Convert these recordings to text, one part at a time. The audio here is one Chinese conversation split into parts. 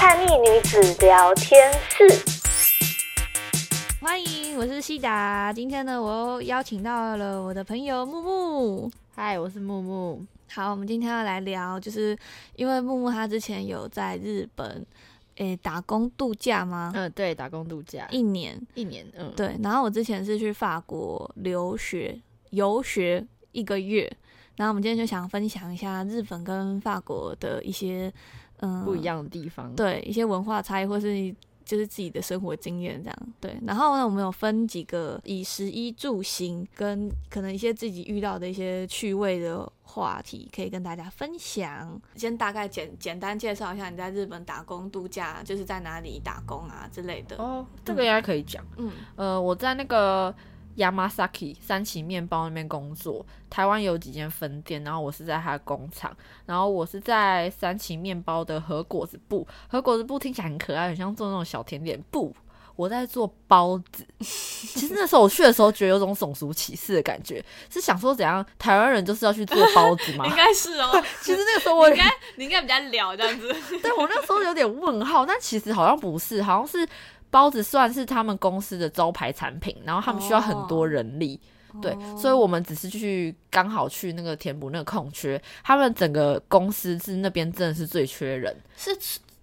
安逸女子聊天室。欢迎，我是西达。今天呢，我又邀请到了我的朋友木木。嗨，我是木木。好，我们今天要来聊，就是因为木木他之前有在日本，诶打工度假吗？嗯，对，打工度假一年。一年，嗯，对，然后我之前是去法国留学游学一个月，然后我们今天就想分享一下日本跟法国的一些嗯不一样的地方。，对一些文化差异，或是就是自己的生活经验这样。对，然后呢，我们有分几个以食衣住行跟可能一些自己遇到的一些趣味的话题，可以跟大家分享。先大概简简单介绍一下你在日本打工度假，就是在哪里打工啊之类的。哦，这个应该可以讲。嗯，呃，我在那个 Yamasaki 三崎面包那边工作，台湾有几间分店，然后我是在它的工厂，然后我是在三崎面包的和果子部，和果子部听起来很可爱，很像做那种小甜点不，我在做包子，其实那时候我去的时候，觉得有种种族歧视的感觉，是想说怎样台湾人就是要去做包子吗？该是 哦， 其实那个时候我有点你应该比较聊这样子。 对我那时候有点问号，但其实好像不是，好像是包子算是他们公司的招牌产品，然后他们需要哦很多人力。对，所以我们只是去刚好去那个填补那个空缺。他们整个公司是那边真的是最缺人， 是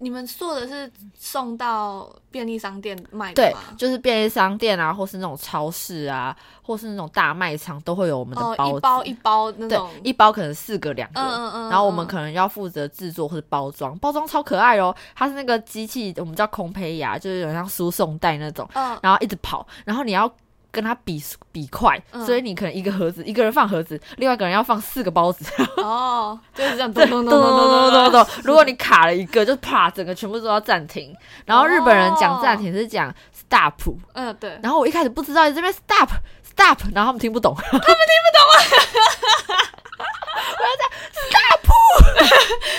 你们做的是送到便利商店卖的对吗，？就是便利商店啊，或是那种超市啊，或是那种大卖场都会有我们哦的，包子。一包一包那对种，，一包可能四个两个，嗯嗯嗯然后我们嗯可能要负责制作或是包装，包装超可爱哦，它是那个机器，我们叫空胚芽，就是有点像输送带那种，嗯，然后一直跑，然后你要跟他比比快，嗯所以你可能一个盒子，一个人放盒子，另外一个人要放四个包子， 哦，就是这样咚咚咚 咚咚咚咚咚咚咚咚。咚咚，如果你卡了一个，就啪，整个全部都要暂停。然后日本人讲暂停是讲 stop，嗯，对，然后我一开始不知道这边 stop stop，然后他们听不 懂，他们听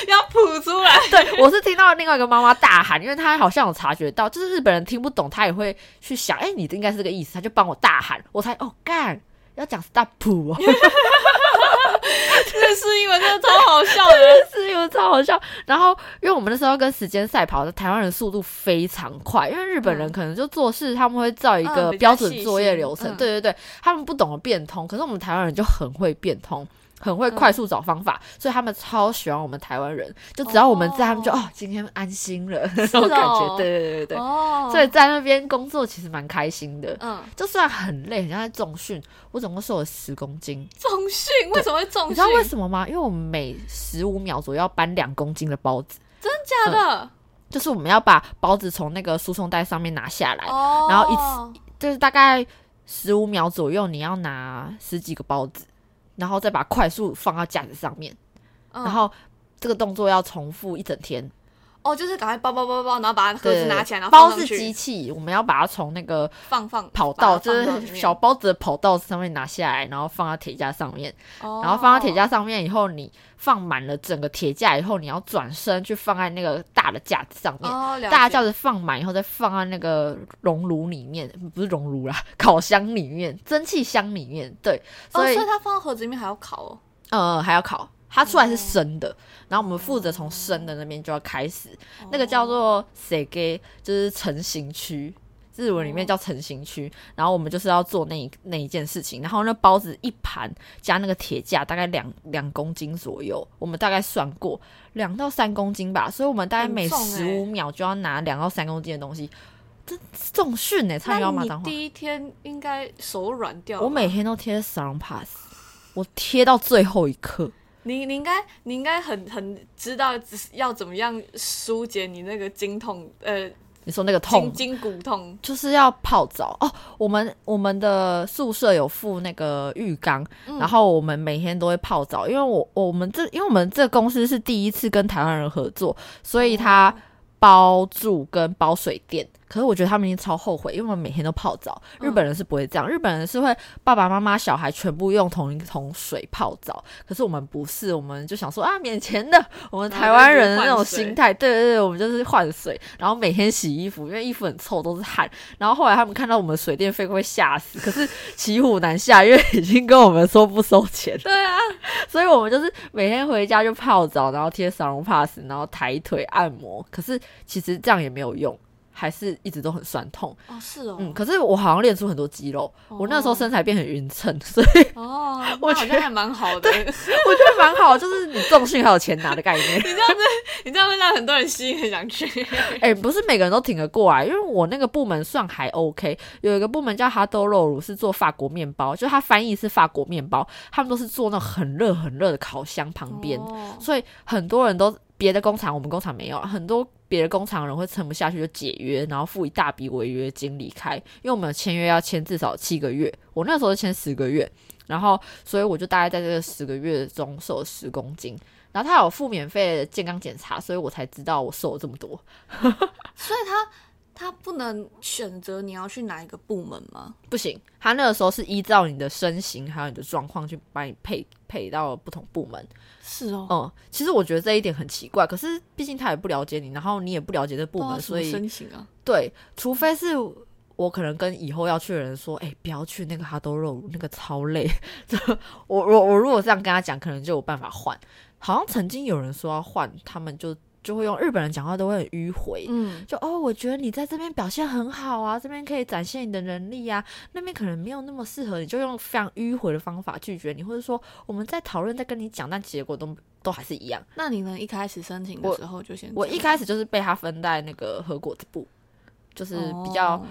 要吐出来。不对，我是听到另外一个妈妈大喊，因为她好像有察觉到，就是日本人听不懂，她也会去想，哎，你应该是这个意思，她就帮我大喊，我才哦干。要讲 stop 哦， 这是因为真的超好笑的。是有超好笑。然后，因为我们那时候跟时间赛跑，台湾人速度非常快，因为日本人嗯可能就做事他们会照一嗯个比较标细准心作业流程，嗯对对对，他们不懂得变通，可是我们台湾人就很会变通。很会嗯快速找方法，所以他们超喜欢我们台湾人。就只要我们在，他们就哦哦，今天安 心了那种感觉。对对对对对，哦所以在那边工作其实蛮开心的。嗯，就虽然很累，很像在重训，我总共瘦了十公斤。重训为什么会重你知训道？为什么吗？因为我们每十五秒左右要搬两公斤的包子，真假的？就是我们要把包子从那个输送带上面拿下来，哦，嗯然后一就是大概十五秒左右，你要拿十几个包子，然后再把快速放到架子上面，嗯然后这个动作要重复一整天。哦，就是赶快包包包包，然后把盒对子对拿对起来，然后包放是上去机器，我们要把它从那个放放跑道，把它就放到里是面小包子的跑道上面拿下来，然后放到铁架上面。哦然后放到铁架上面以后，你放满了整个铁架以后，你要转身去放在那个大的架子上面。哦，了大解架子放满以后，再放在那个熔炉里面，不是熔炉啦， 烤箱里面、蒸汽箱里面。对，哦，所以、所以它放到盒子里面还要烤哦。呃还要烤，它出来哦是生的，然后我们负责从生的那边就要开始，哦那个叫做 s e g e 就是成型区。日文里面叫哦成型区，然后我们就是要做那一那一件事情，然后那包子一盘加那个铁架，大概两两公斤左右，我们大概算过两到三公斤吧，所以我们大概很每重十欸五秒就要拿两到三公斤的东西，这重训呢、欸，差点哦那要骂你脏话。第一天应该手软掉吧。我每天都贴 s a pass，我贴到最后一刻，你你应该你应该很很知道只是要怎么样疏解你那个经痛呃你说那个痛筋筋骨痛就是要泡澡哦。我们我们的宿舍有附那个浴缸，嗯然后我们每天都会泡澡，因为我我们这因为我们这公司哦是第一次跟台湾人合作，所以他包住跟包水电，可是我觉得他们已经超后悔，因为我们每天都泡澡。嗯日本人是不会这样，日本人是会爸爸妈妈、小孩全部用同一桶水泡澡。可是我们不是，我们就想说啊，免钱 的。我们然后台湾就人的是那种换水心态，对对对，我们就是换水，然后每天洗衣服，因为衣服很臭，都是汗。然后后来他们看到我们水电费会吓死，可是骑虎难下，因为已经跟我们说不收钱了。 对啊，所以我们就是每天回家就泡澡，然后贴桑绒 pass，然后抬腿按摩。可是其实这样也没有用，还是一直都很酸痛。哦是哦，嗯，可是我好像练出很多肌肉，哦我那时候身材变很匀称，所以 哦，那好我觉得像还蛮好的。我觉得蛮好，就是你重训还有钱拿的概 念。你这样会让很多人吸引，很想去。 哎、不是每个人都挺得过啊来，因为我那个部门算还 OK，有一个部门叫哈豆肉乳，是做法国面包，就它翻译是法国面包，他们都是做那种很热很热的烤箱旁边，哦所以很多人都别的工厂，我们工厂没有啊，很多别的工厂人会撑不下去就解约，然后付一大笔违约金离开，因为我们有签约要签至少七个月，我那时候是签十个月，然后所以我就大概在这个十个月中瘦了十公斤。然后他有付免费的健康检查，所以我才知道我瘦了这么多。所以他他不能选择你要去哪一个部门吗？不行，他那个时候是依照你的身形还有你的状况去把你配配到不同部门。是哦，嗯，其实我觉得这一点很奇怪，可是毕竟他也不了解你，然后你也不了解这部门，所以申请啊，对，除非是我可能跟以后要去的人说，哎、不要去那个哈多肉乳，那个超累。 这我我我如果这样跟他讲，可能就有办法换。好像曾经有人说要换，他们就就会用日本人讲话都会很迂回。嗯，就哦，我觉得你在这边表现很好啊，这边可以展现你的能力啊，那边可能没有那么适合，你就用非常迂回的方法拒绝你，或者说我们在讨论在跟你讲，但结果都都还是一样。那你能一开始申请的时候就先我一开始就是被他分在那个和果子部，就是始比较哦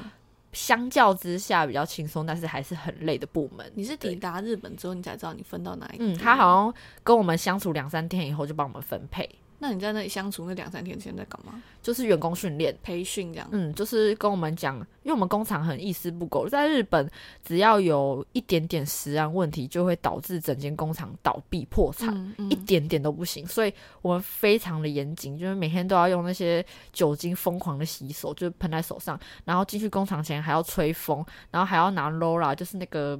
相较之下比较轻松，但是还是很累的部门。你是抵达日本之后，你才知道你分到哪一个？嗯，他。好像跟我们相处两三天以后就帮我们分配，那你在那里相处那两三天之前在干嘛？就是员工训练。培训这样。嗯，就是跟我们讲，因为我们工厂很一丝不苟，在日本只要有一点点食安问题，就会导致整间工厂倒闭破产。嗯嗯一点点都不行，所以我们非常的严谨，就是每天都要用那些酒精疯狂的洗手，就是喷在手上，然后进去工厂前还要吹风，然后还要拿 Lola，就是那个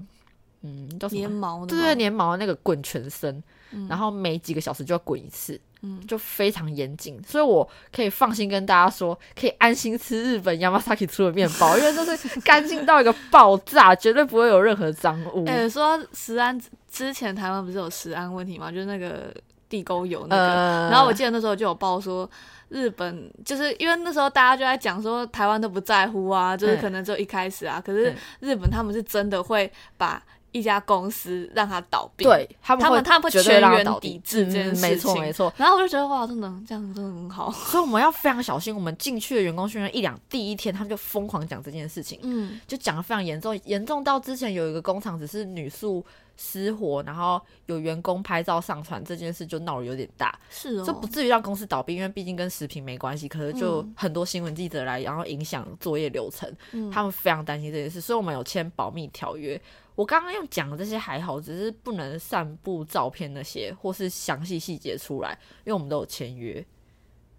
嗯叫什粘么？毛的对吗，对，粘毛的那个滚全身，嗯然后每几个小时就要滚一次，嗯就非常严谨，所以我可以放心跟大家说，可以安心吃日本 Yamasaki 出的面 包，因为这是干净到一个爆炸，绝对不会有任何脏污。哎、说到食安之前，台湾不是有食安问题吗？就是那个地沟油那个。呃然后我记得那时候就有报说，日本就是因为那时候大家就在讲说台湾都不在乎啊，就是嗯可能只有一开始啊，可是嗯日本他们是真的会把一家公司让它倒闭，，对他们他们会他们会绝对全让它员倒抵地制这件嗯、没事错情没错，然后我就觉得哇，真的这样真的很好，所以我们要非常小心。我们进去的员工训练一两第一天，他们就疯狂讲这件事情，嗯，就讲的非常严重，严重到之前有一个工厂只是女宿失火，然后有员工拍照上传这件事就闹得有点大，是哦，这不至于让公司倒闭，因为毕竟跟食品没关系。可是就嗯很多新闻记者来，然后影响作业流程，嗯他们非常担心这件事，所以我们有签保密条约。我刚刚用讲的这些还好，只是不能散布照片那些或是详细细节出来，因为我们都有签约。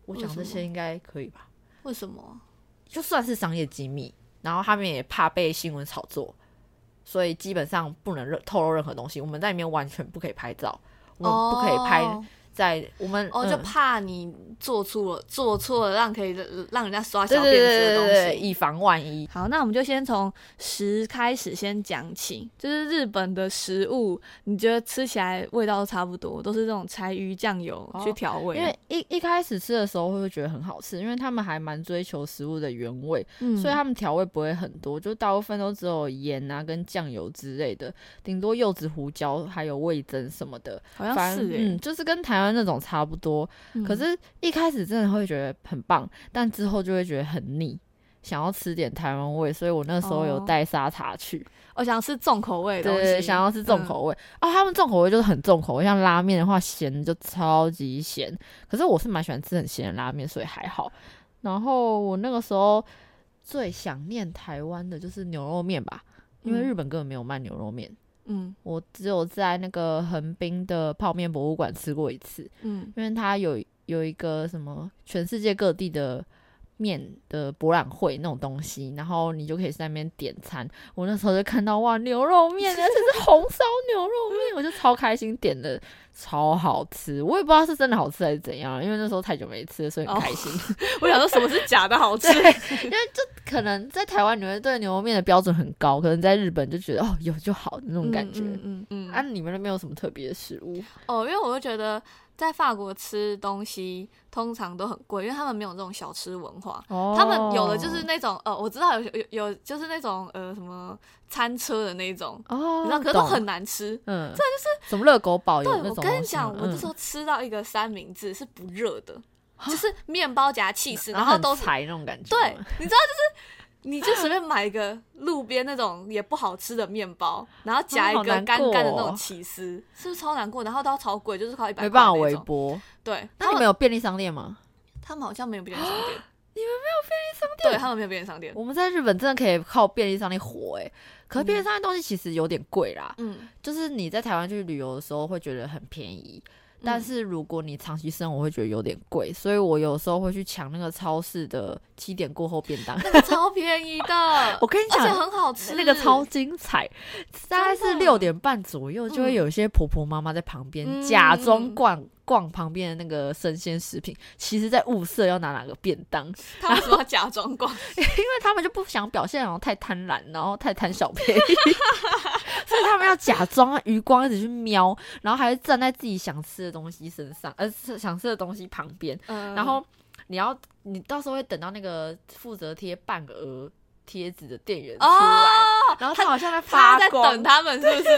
我讲这为什些么应该可以吧？为什么？就算是商业机密，然后他们也怕被新闻炒作，所以基本上不能任透露任何东西。我们在里面完全不可以拍照，我们不可以拍哦在我们哦，就嗯怕你做错了，做错了让可以让人家刷对小对辫对子的对东西。对，以防万一。好，那我们就先从食开始先讲起，就是日本的食物，你觉得吃起来味道都差不多，都是这种柴鱼酱油哦去调味，因为一一开始吃的时候会觉得很好吃，因为他们还蛮追求食物的原味，嗯所以他们调味不会很多，就大部分都只有盐啊跟酱油之类的，顶多柚子、胡椒还有味增什么的。好像反是正哎、嗯，就是跟台湾那种差不多。嗯可是，一开始真的会觉得很棒，但之后就会觉得很腻，想要吃点台湾味，所以我那时候有哦带沙茶去。我哦想吃重口味的对东对西，嗯对，想要吃重口味、啊！他们重口味就是很重口味，像拉面的话，咸的就超级咸。可是我是蛮喜欢吃很咸的拉面，所以还好。然后我那个时候最想念台湾的就是牛肉面吧，因为嗯日本根本没有卖牛肉面，嗯，我只有在那个横滨的泡面博物馆吃过一次，嗯嗯因为它有有一个什么全世界各地的面的博览会那种东西，然后你就可以在那边点餐。我那时候就看到哇，牛肉面，而且是红烧牛肉面，我就超开心，点的超好吃。我也不知道是真的好吃还是怎样，因为那时候太久没吃了，所以很开心。我想说什么是假的好吃对，？因为就可能在台湾你会对牛肉面的标准很高，可能在日本就觉得哦有就好的那种感觉。嗯嗯嗯嗯啊，你们那边有什么特别的食物？哦，因为我就觉得在法国吃东西通常都很贵，因为他们没有这种小吃文化。哦他们有的就是那种呃，我知道有有有就是那种呃什么餐车的那种，哦，你知道，可是都懂很难吃。嗯，这就是什么热狗堡有对，那种我跟东你西吗嗯讲，我那时候吃到一个三明治是不热的，就是面包夹气嗯势，然然后后很都是啊柴那种感觉，对，你知道就是。你就随便买一个路边那种也不好吃的面包，然后夹啊一好个难干干的那过哦种起司，是不是超难过？然后都要超贵，就是快一百没块办法那微种波。对，那你们有便利商店吗？他们好像没有便利商 店。你们没有便利商店？对，他们没有便利商店。我们在日本真的可以靠便利商店活哎、可是便利商店东西其实有点贵啦，嗯，就是你在台湾去旅游的时候会觉得很便宜，但嗯是如果你长期生活会觉得有点贵，所以我有时候会去抢那个超市的七点过后便当。，超便宜的 我跟你而且讲，很好吃。 那个超精彩，大概是真的六点半左右，就会嗯有一些婆婆妈妈在旁边、嗯假装逛逛旁边的那个生鲜食品，其实在物色要拿哪个便当，因他们说要假装逛，为他们就不想表现好像太贪婪，然后太贪小 便宜，所以他们要假装啊余光一直去瞄，然后还是站在自己想吃的东西身上，呃，是想吃的东西旁边， 嗯然后你要你到时候会等到那个负责贴半个额贴纸的店员出来。哦，然后他好像在他发在光，等他们是不是？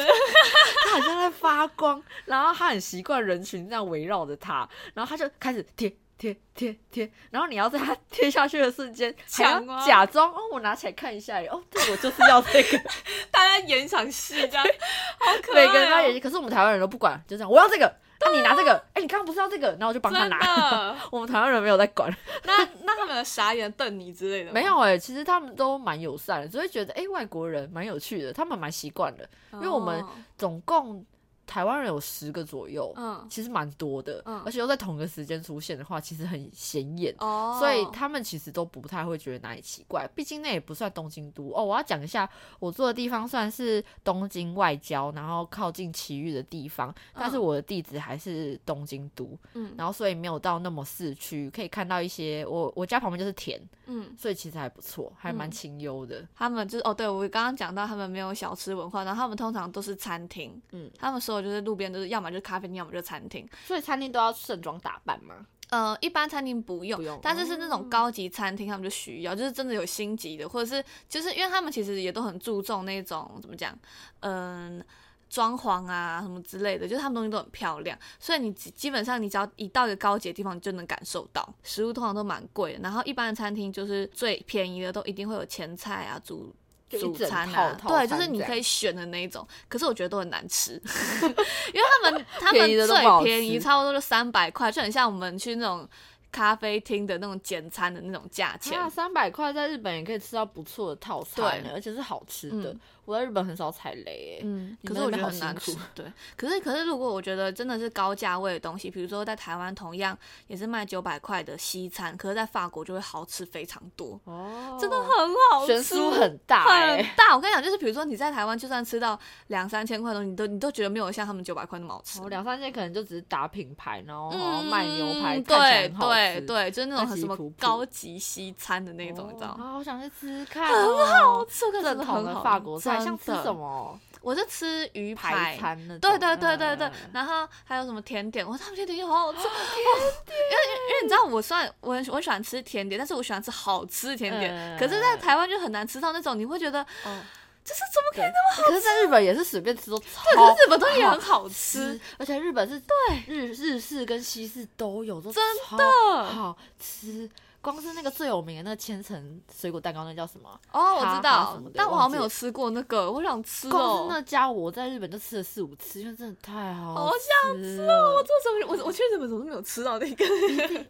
他好像在发光，然后他很习惯人群这样围绕着他，然后他就开始贴贴贴贴，然后你要在他贴下去的瞬间，还要抢啊吗假装哦，我拿起来看一下而已，哦，对我就是要这 个， 大家演一场戏这样， 好可爱每哦。个人都要演戏，可是我们台湾人都不管，就这样，我要这个，那、你拿这个，哎、你刚刚不是要这个，然后我就帮他真拿。的，我们台湾人没有在管，那那他们有傻眼瞪你之类的吗没，有哎、其实他们都蛮友善的，只会觉得哎、外国人蛮有趣的，他们蛮习惯的。因为我们哦总共台湾人有十个左右，嗯其实蛮多的，嗯而且又在同个时间出现的话，其实很显眼。哦，所以他们其实都不太会觉得哪里奇怪，毕竟那也不算东京都哦。我要讲一下，我住的地方算是东京外郊，然后靠近埼玉的地方，但是我的地址还是东京都，嗯然后所以没有到那么市区，可以看到一些我我家旁边就是田，嗯。所以其实还不错，还蛮嗯清幽的。他们就是哦，对我刚刚讲到他们没有小吃文化，然后他们通常都是餐厅，嗯嗯，他们所有就是路边都是要么就是咖啡厅，要么就是餐厅，所以餐厅都要盛装打扮吗？呃，一般餐厅不用，不用哦但是是那种高级餐厅，他们就需要，就是真的有星级的，或者是就是因为他们其实也都很注重那种怎么讲，嗯、装潢啊什么之类的，就是他们东西都很漂亮，所以你基基本上你只要一到一个高级的地方，你就能感受到。食物通常都蛮贵的，然后一般的餐厅就是最便宜的都一定会有前菜啊、主就一主整餐套啊，套对，就餐是你这样可以选的那一种。可是我觉得都很难吃， 因为他们他们 便宜的都不好最便宜吃差不多就三百块，就很像我们去那种咖啡厅的那种简餐的那种价钱。啊，三百块在日本也可以吃到不错的套餐欸对呢，而且是好吃的。嗯我在日本很少踩雷、欸，嗯，你可们是我觉那边得好很难辛吃苦。对，可是可是如果我觉得真的是高价位的东西，比如说在台湾同样也是卖九百块的西餐，可是在法国就会好吃非常多，哦真的很好吃，悬殊很大、很欸， 大。我跟你讲，就是比如说你在台湾就算吃到两三千块的东西，你都你都觉得没有像他们九百块那么好吃。哦，两三件可能就只是打品牌，然后好像嗯，卖牛排，看起来对很好对吃对，就是那但种很什其实么普普高级西餐的那种，你知道哦吗？啊，我想去吃吃看、哦，很好吃。这个真正的统很的好法国菜，真像吃的什？么我是吃鱼排排。餐那种？对对对对对嗯，然后还有什么甜点？哇，他们甜点也好好吃，甜点。因为因为你知道，我虽然我很喜我很喜欢吃甜点，但是我喜欢吃好吃的甜嗯点。可是，在台湾就很难吃到那种，你会觉得哦就是怎么可以对可是在日本也是随便吃都超对，可是日本东西也好很好吃，，而且日本是对日日式跟西式都有，都真的好吃。光是那个最有名的那个千层水果蛋糕，那叫什么啊？哦，我哈知哈道什么的，但我忘好像没记有了吃过那个，我想吃光是哦。那家我在日本就吃了四五次，因为真的太好好想吃了。我这怎么我我去日本怎么都没有吃到那个？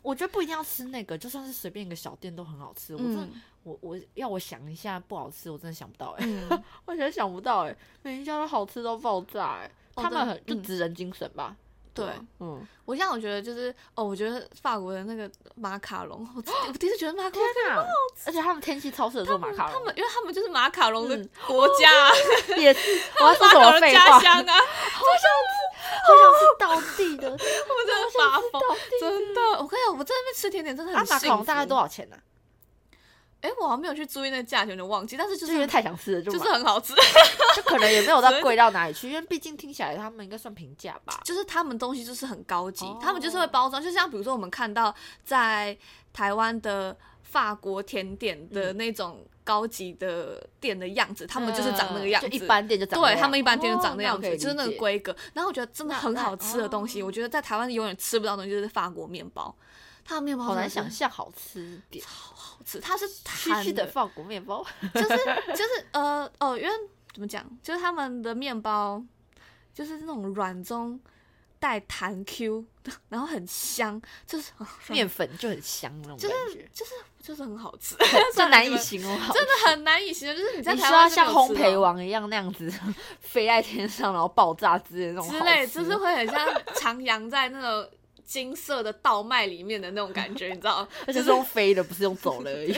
我觉得不一定要吃那个，就算是随便一个小店都很好吃。我真的，我我要我想一下不好吃，我真的想不到哎、嗯，我真的想不到哎、每一家都好吃到爆炸哎、哦他们对很就嗯职人精神吧，对啊对，嗯， 我现在我觉得就是哦，我觉得法国的那个马卡龙，我真我第一次觉得马卡天龙哪！而且他们天气超适合做马卡他龙，们因为他们就是马卡龙的国家啊，也是我要说 马卡什么龙废家话？乡啊， 好想吃到地 的，我真的发疯，真的。我跟你讲，我在那边吃甜点真的啊，很马幸卡龙福。大概多少钱呢？啊哎，我好像没有去注意那个价钱，有点忘记，但是就就是是因为太想吃了，就啊就是买很 好吃，就可能也没有到贵到哪里去，因为毕竟听起来他们应该算平价吧。就是他们东西就是很高级，哦他们就是会包装，就像比如说我们看到在台湾的法国甜点的那种高级的店的样子，他们就是长那个样子，嗯嗯就一般店就长那对样，他们一般店就哦长那样子，我可以理就是那个解。规格。然后我觉得真的那很那好吃的东西，哦我觉得在台湾永远吃不到的东西就是法国面包，它的面包好难真想的是象好吃一点，好吃，它是区弹区的法国面 包，就是 就是呃哦，因为怎么讲，就是他们的面包就是那种软中带弹 Q，然后很香，就是哦算面了粉就很香那种就感是觉，就是就是很好吃， 这算了难你以们形容好。真的很难以形容，就是你在你台说要湾是像没有烘吃焙到王一样那样子 飞在天上，然后爆炸之类的那种之好类，吃就是会很像徜徉在那种金色的稻麦里面的那种感觉，你知道吗？而且是用飞的，不是用走的而已。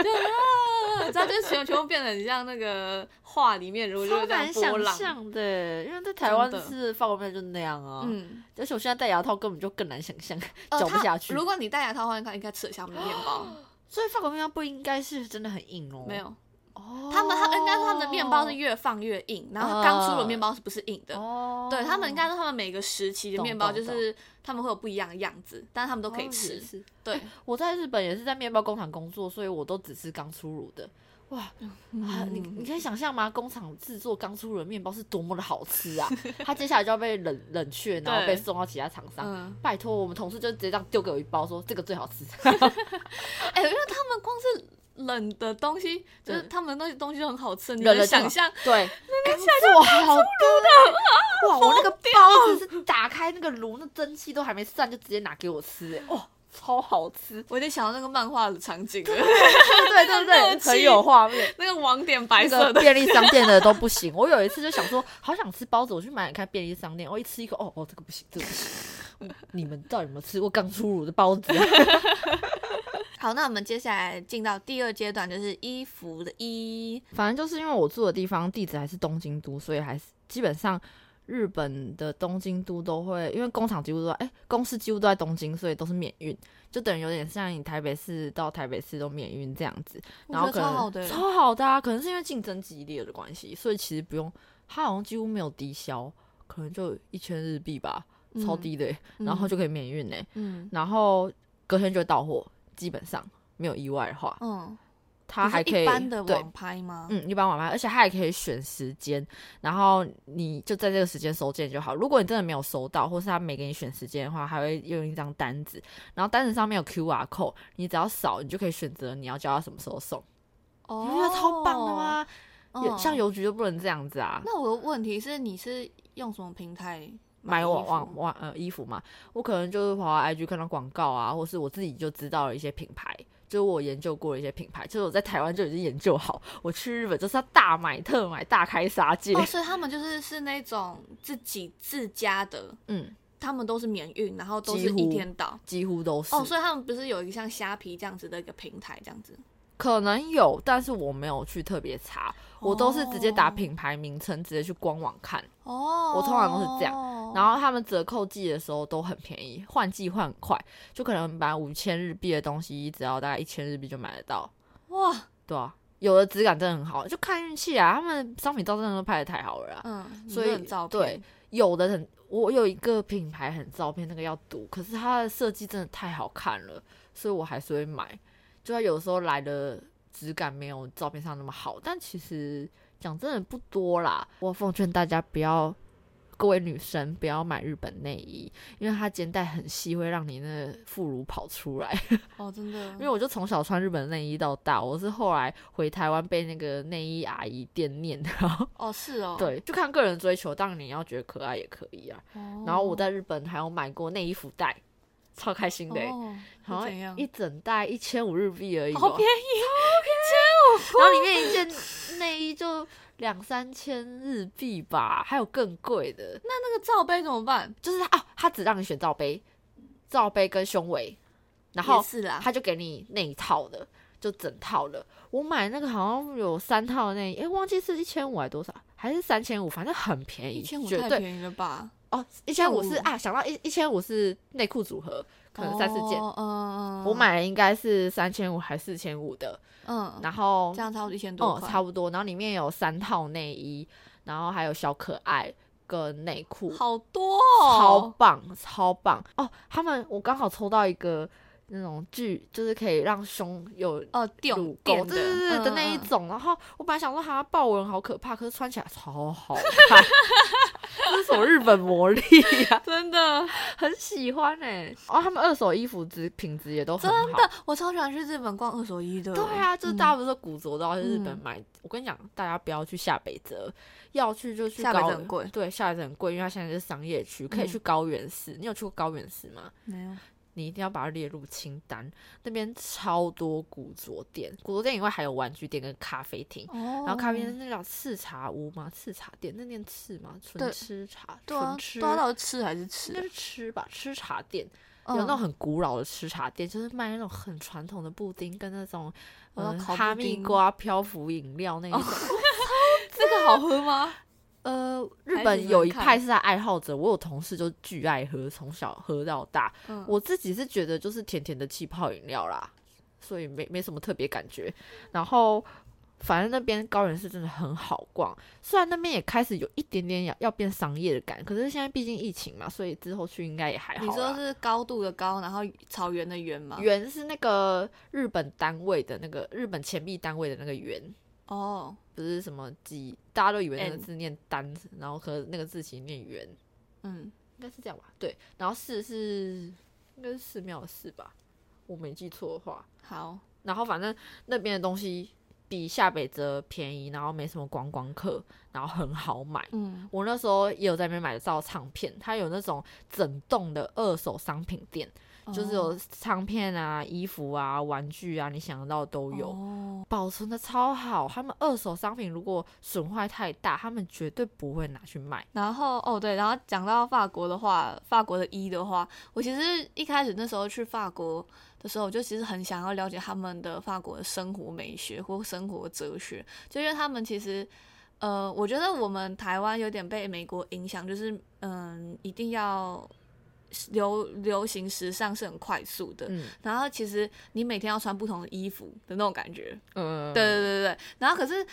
啊 你知道，就是全全部变得很像那个画里面，如果就超是这样难波想浪，象的，因为在台湾真的是法国面就那样啊。嗯，而且我现在戴牙套根本就更难想象，呃 嚼不它下去。如果你戴牙套的话，应该应该吃得下我们的面包，所以法国面包不应该是真的很硬哦。没，有。哦、他们他应该说他们的面包是越放越硬，然后刚出炉的面包是不是硬的？哦，对他们应该说他们每个时期的懂面包懂就是他们会有不一样的样子，但是他们都可以哦吃也。是对，我在日本也是在面包工厂工作，所以我都只吃刚出炉的。哇，嗯啊你你可以想象吗？工厂制作刚出炉的面包是多么的好吃 啊！它接下来就要被冷冷却，然后被对送到其他厂商。嗯，拜托，我们同事就直接这样丢给我一包，说这个最 好吃。哎、因为他们光是冷的东西，就是嗯他们那些东西就很好吃，你冷了能就好想象！对，刚做好的，啊 哇！我那个包子是打开那个炉，那蒸汽都还没散，就直接拿给我吃、哎，哇， 超好吃我在想到那个漫画的场景 了，对对那个对，热气很有画 面。那个网点白那色个的，便利商店的都不行。我有一次就想说，好想吃包子，我去买开便利商店，我一吃一口，哦哦，这个不行，这个不行。嗯你们到底有没有吃过刚出炉的包子？啊好，那我们接下来进到第二阶段，就是衣服的衣。反正就是因为我住的地方地址还是东京都，所以还是基本上日本的东京都都会，因为工厂几乎都在，哎、公司几乎都在东京，所以都是免运，就等于有点像你台北市到台北市都免运这样子。我然后觉可得能超好的欸，超好的啊！可能是因为竞争激烈的关系，所以其实不用，它好像几乎没有低消，可能就一千日币吧，超低的欸、嗯然后就可以免运嘞、嗯然后隔天就会到货，基本上没有意外的话，嗯，它你是还可以一般的对网，拍吗？嗯，一般晚拍，而且它还可以选时间，然后你就在这个时间收件就好。如果你真的没有收到，或是他没给你选时间的话，还会用一张单子，然后单子上面有 QR code，你只要扫，你就可以选择你要叫他什么时候送。哦你不觉得超棒的吗？有嗯像邮局就不能这样子啊，那我的问题是，你是用什么平台买衣网服哦网网呃衣服嘛，我可能就是跑到 IG 看到广告啊，或是我自己就知道了一些品牌，就是我研究过的一些品牌，就是我在台湾就已经研究好，我去日本就是要大买特买，大开杀戒。哦，所以他们就是是那种自己自家的，嗯，他们都是免运，然后都几是一乎天到。几乎都是。哦，所以他们不是有一个像虾皮这样子的一个平台，这样子。可能有，但是我没有去特别查，我都是直接打哦品牌名称，直接去官网看。哦我通常都是这样然后他们折扣季的时候都很便宜，换季换很快，就可能买五千日币的东西，只要大概一千日币就买得到。哇，对啊，有的质感真的很好，就看运气啊。他们商品照真的都拍的太好了啊、嗯，所以你论照对片，有的很，我有一个品牌很照片那个要读，可是它的设计真的太好看了，所以我还是会买。就它有时候来的质感没有照片上那么好，但其实讲真的不多啦。我奉劝大家不要。各位女生不要买日本内衣，因为它肩带很细，会让你那个副乳跑出来。哦，真的，因为我就从小穿日本内衣到大，我是后来回台湾被那个内衣阿姨惦念的，然后哦是哦，，对，就看个人追求，当然你要觉得可爱也可以啊。然后我在在日本还有买过内衣福袋，超开心的欸、好好哦怎样啊像一？整袋一千五日币而已、哦，好便宜，然后里面一件内衣就两三千日币吧，还有更贵的。那那个罩杯怎么办？就是他哦，他只让你选罩杯、罩杯跟胸围，然后也是啦，他就给你那一套的，就整套了。我买那个好像有三套内衣，诶、忘记是一千五还多少，还是三千五，反正很便宜，一千五绝太对便宜了吧？哦，一千五是1500啊，想到一一千五是内裤组合，可能三四件。哦嗯，我买的应该是三千五还四千五的，嗯，然后这样差不多一千多哦、块，差不多，然后里面有三套内衣，然后还有小可爱跟内裤，好多超哦，棒超棒哦！他们我刚好抽到一个那种剧，就是可以让胸有哦，垫乳沟，对垫对对对的那一，嗯嗯种。然后我本来想说它豹纹好可怕，可是穿起来超 好看，这是什么日本魔力呀、嗯 真的很喜欢哎、哦，他们二手衣服质品质也都很真好。的，我超喜欢去日本逛二手衣的。对啊，就是嗯大家不是古着都要去日本嗯买？我跟你讲，大家不要去下北泽，要去就去下北高泽很贵对，下北泽很贵，因为它现在是商业区，可以嗯去高原寺。你有去过高原寺吗？没有，你一定要把它列入清单。那边超多古着店，古着店以外还有玩具店跟咖啡厅。哦然后咖啡厅是那叫赤茶屋吗？赤茶店那念赤吗？纯对吃茶，对啊纯，吃，对啊，到底吃还是吃应该啊？是吃吧，吃茶店。嗯有那种很古老的吃茶店，就是卖那种很传统的布丁跟那种我要呃烤布哈密丁哦瓜漂浮饮 料那一种。这个好喝吗？呃，日还本是有能一看派是他爱好者，我有同事就巨爱喝，从小喝到大。嗯我自己是觉得就是甜甜的气泡饮料啦，所以没没什么特别感觉。然后反正那边高原寺真的很好逛，虽然那边也开始有一点点要要变商业的感，可是现在毕竟疫情嘛，所以之后去应该也还好你啦。说是高度的高，然后草原的原吗？元是那个日本单位的那个日本钱币单位的那个元，哦，不是什么几，大家都以为那个 N 字念单，然后可是那个字其实念元，嗯，应该是这样吧？对，然后寺是应该是寺庙的寺吧，我没记错的话。好，然后反正那边的东西比下北泽便宜，然后没什么观光客，然后很好买。嗯，我那时候也有在那边买到唱片，它有那种整栋的二手商品店，就是有哦唱片啊、衣服啊、玩具啊，你想得到都有，哦保存的超好。他们二手商品如果损坏太大，他们绝对不会拿去卖。然后哦对，然后讲到法国的话，法国的衣的话，我其实一开始那时候去法国的时候，我就其实很想要了解他们的法国的生活美学或生活哲学，就因为他们其实。呃，我觉得我们台湾有点被美国影响，就是嗯，一定要流流行时尚是很快速的，嗯然后其实你每天要穿不同的衣服的那种感觉，嗯，对对对对。对然后可是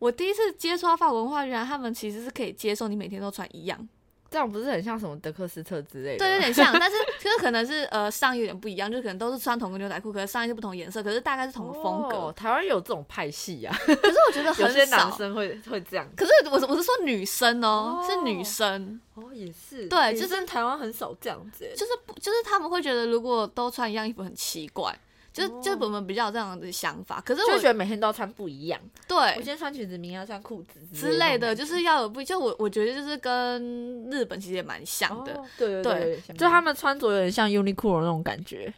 我第一次接触到法国文化，原来他们其实是可以接受你每天都穿一样，这样不是很像什么德克斯特之类的？对，有点像，但是就是可能是呃上衣有点不一样，就可能都是穿同个牛仔裤，可是上衣是不同颜色，可是大概是同个风格。哦台湾有这种派系啊，可是我觉得有 些很男少。生会会这样。可是我是我是说女生哦，哦是女生，哦，也是，对女就是生台湾很少这样子欸。就是不就是他们会觉得如果都穿一样衣服很奇怪，就是、哦就是我们比较有这样的想法。可是就我会觉得每天都要穿不一样，我对今天穿裙子，明天要穿裤子之类的，就是是要有不就我我觉得就是跟日本其实也蛮像的，哦对对对对，就他们穿着有点像 Uniqlo 那种感觉，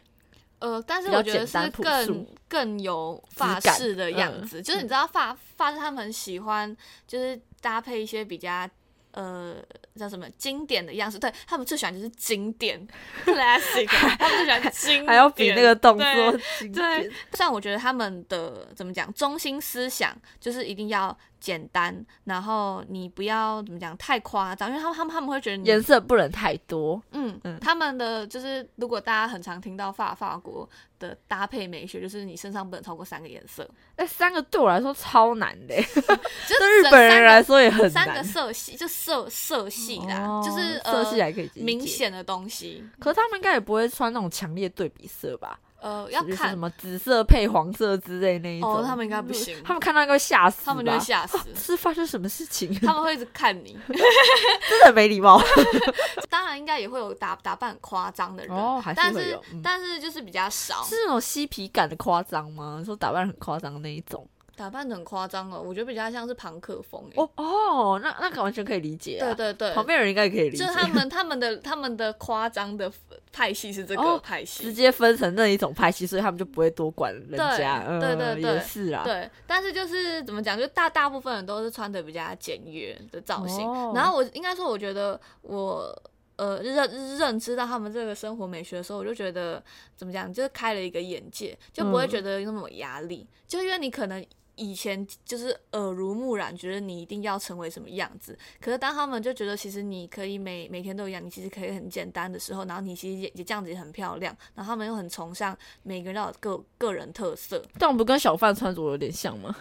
呃，但是比较我觉得简单是朴更素嗯更有法式的样子，就是你知道法法式他们很喜欢就是搭配一些比较呃叫什么经典的样式，对他们最喜欢就是经 典 classic，他们最喜欢经典，还要比那个动对作经典对，虽然我觉得他们的怎么讲，中心思想就是一定要简单，然后你不要怎么讲太夸张，因为他们他们他们会觉得你颜色不能太多。嗯嗯，他们的就是，如果大家很常听到法法国的搭配美学，就是你身上不能超过三个颜色，哎，三个对我来说超难的，就是对日本人来说也很三个三难个。色系，就色色系啦，哦就是色呃系还可以理解明，显的东西，可是他们应该也不会穿那种强烈对比色吧？呃，要就是看什么紫色配黄色之类那一种。哦，他们应该不行，他们看到应该会吓死吧，他们就会 吓死，是发生什么事情？他们会一直看你，真的没礼 貌。当然应该也会有打打扮很夸张的人，哦还是但会是有嗯但是就是比较少，是那种嬉皮感的夸张吗？说打扮很夸张那一种，打扮的很夸张哦，我觉得比较像是朋克风哎、哦哦，那那个完全可以理解、啊，对对对，旁边人应该也可以理就解是。他们他们的他们的夸张的派系是这个哦派直系。接分成那一种派系，所以他们就不会多管人家。对嗯，对对对也是啊。对，但是就是怎么讲，就大大部分人都是穿的比较简约的造型。哦然后我应该说，我觉得我呃认认知到他们这个生活美学的时候，我就觉得怎么讲，就是开了一个眼界，就不会嗯觉得那么有压力。就因为你可能以前就是耳濡目染，觉得你一定要成为什么样子，可是当他们就觉得其实你可以每每天都一样，你其实可以很简单的时候，然后你其实也也这样子也很漂亮，然后他们又很崇尚每个人都有个个人特色。但我不跟小范穿着有点像吗？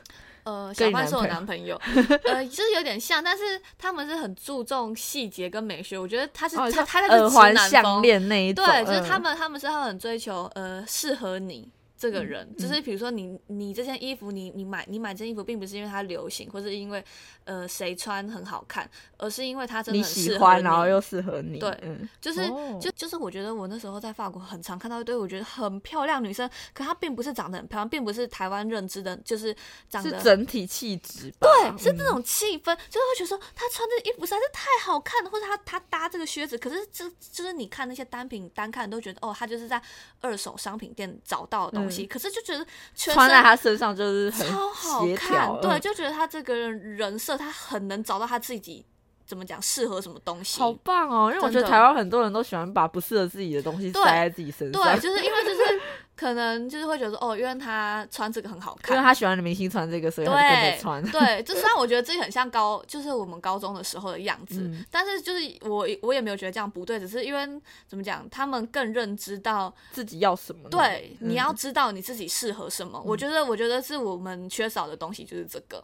呃，跟小你范男是我朋友男朋友， 呃，就是有点像，但是他们是很注重细节跟美学。我觉得他是、哦他像他在耳是直环、男项风，链那一种。对，就是他嗯们他们是要很追求呃适合你这个嗯人，就是比如说你你这件衣服你你买你买这件衣服，并不是因为它流行，或是因为呃谁穿很好看，而是因为它真的你很适合喜欢，然后又适合你。对嗯就是、哦就就是我觉得我那时候在法国很常看到一堆我觉得很漂亮女生，可她并不是长得很漂亮，并不是台湾认知的，就是长是得整体气质吧？对，是嗯那种气氛，就是会觉得说她穿这衣服实在是太好看了，或者她她搭这个靴子，可是这就是你看那些单品单看，你都觉得哦，她就是在二手商品店找到的东西，可是就觉得全嗯穿在身他身上就是很超好协看调，，对，嗯就觉得她这个人人设，她很能找到她自己怎么讲适合什么东西，好棒哦！因为我觉真得的台湾很多人都喜欢把不适合自己的东西对塞在自己身上，对，就是因为就是可能就是会觉得说哦，因为她穿这个很好因为看。他喜欢的明星穿这个，所以他就跟着穿对。对，就虽然我觉得自己很像高，就是我们高中的时候的样子，嗯，但是就是我我也没有觉得这样不对，只是因为怎么讲，他们更认知到，自己要什么？对，嗯你要知道你自己适合什么。我觉得，我觉得是我们缺少的东西就是这个，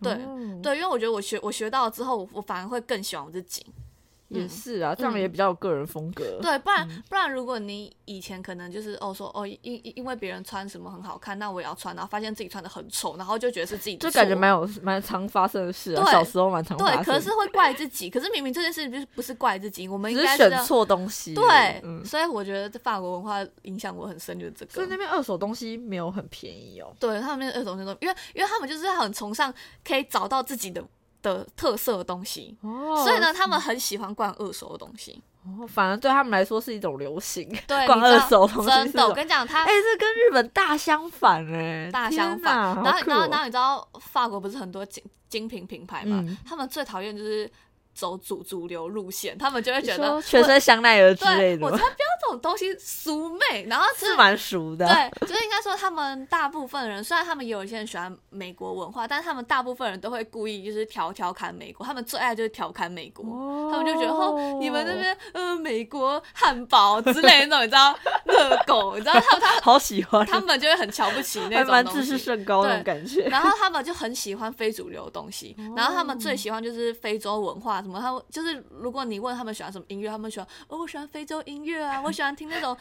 对、哦对，因为我觉得我学我学到了之后，我我反而会更喜欢我自己。也嗯是啊，这样也比较有个人风格。对，不然、嗯不然，如果你以前可能就是哦说哦因因因为别人穿什么很好看，那我也要穿，然后发现自己穿的很丑，然后就觉得是自己的就感错觉蛮有蛮常发生的事啊，对小时候蛮常发生对，的。可是会怪自己，可是明明这件事情就是不是怪自己，我们应只该是是选要错东西。对，嗯，所以我觉得这法国文化影响我很深，就是这所以个。那边二手东西没有很便宜哦。对他们那二种那种，因为因为他们就是很崇尚可以找到自己的的特色的东西，哦所以呢，他们很喜欢逛二手的东西。哦，反而对他们来说是一种流行。 对，逛你知道二手东西是真的，什我么跟你讲，他哎、这跟日本大相反哎、大天相反。哪然后好酷然后哦然后你知道法国不是很多精精品品牌嘛？嗯他们最讨厌就是走主主流路线，他们就会你觉说得全我身香奈儿之类对的我吗才，不要这种东西俗媚，然后是蛮熟的。，啊对，就是应该说，他们大部分人虽然他们也有一些人喜欢美国文化，但是他们大部分人都会故意就是调调侃美国，他们最爱就是调侃美国，他们就觉得哦，你们那边呃美国汉堡之类的那种，你知道 热狗，你知道他们好喜欢，他他们就会很瞧不起那还种蛮东自视西。甚高那种对感觉。 然后他们就很喜欢非主流的东西，然后他们哦最喜欢就是非洲文化什么，他们就是如果你问他们喜欢什么音乐，他们喜欢哦，我喜欢非洲音乐啊，我喜欢听那种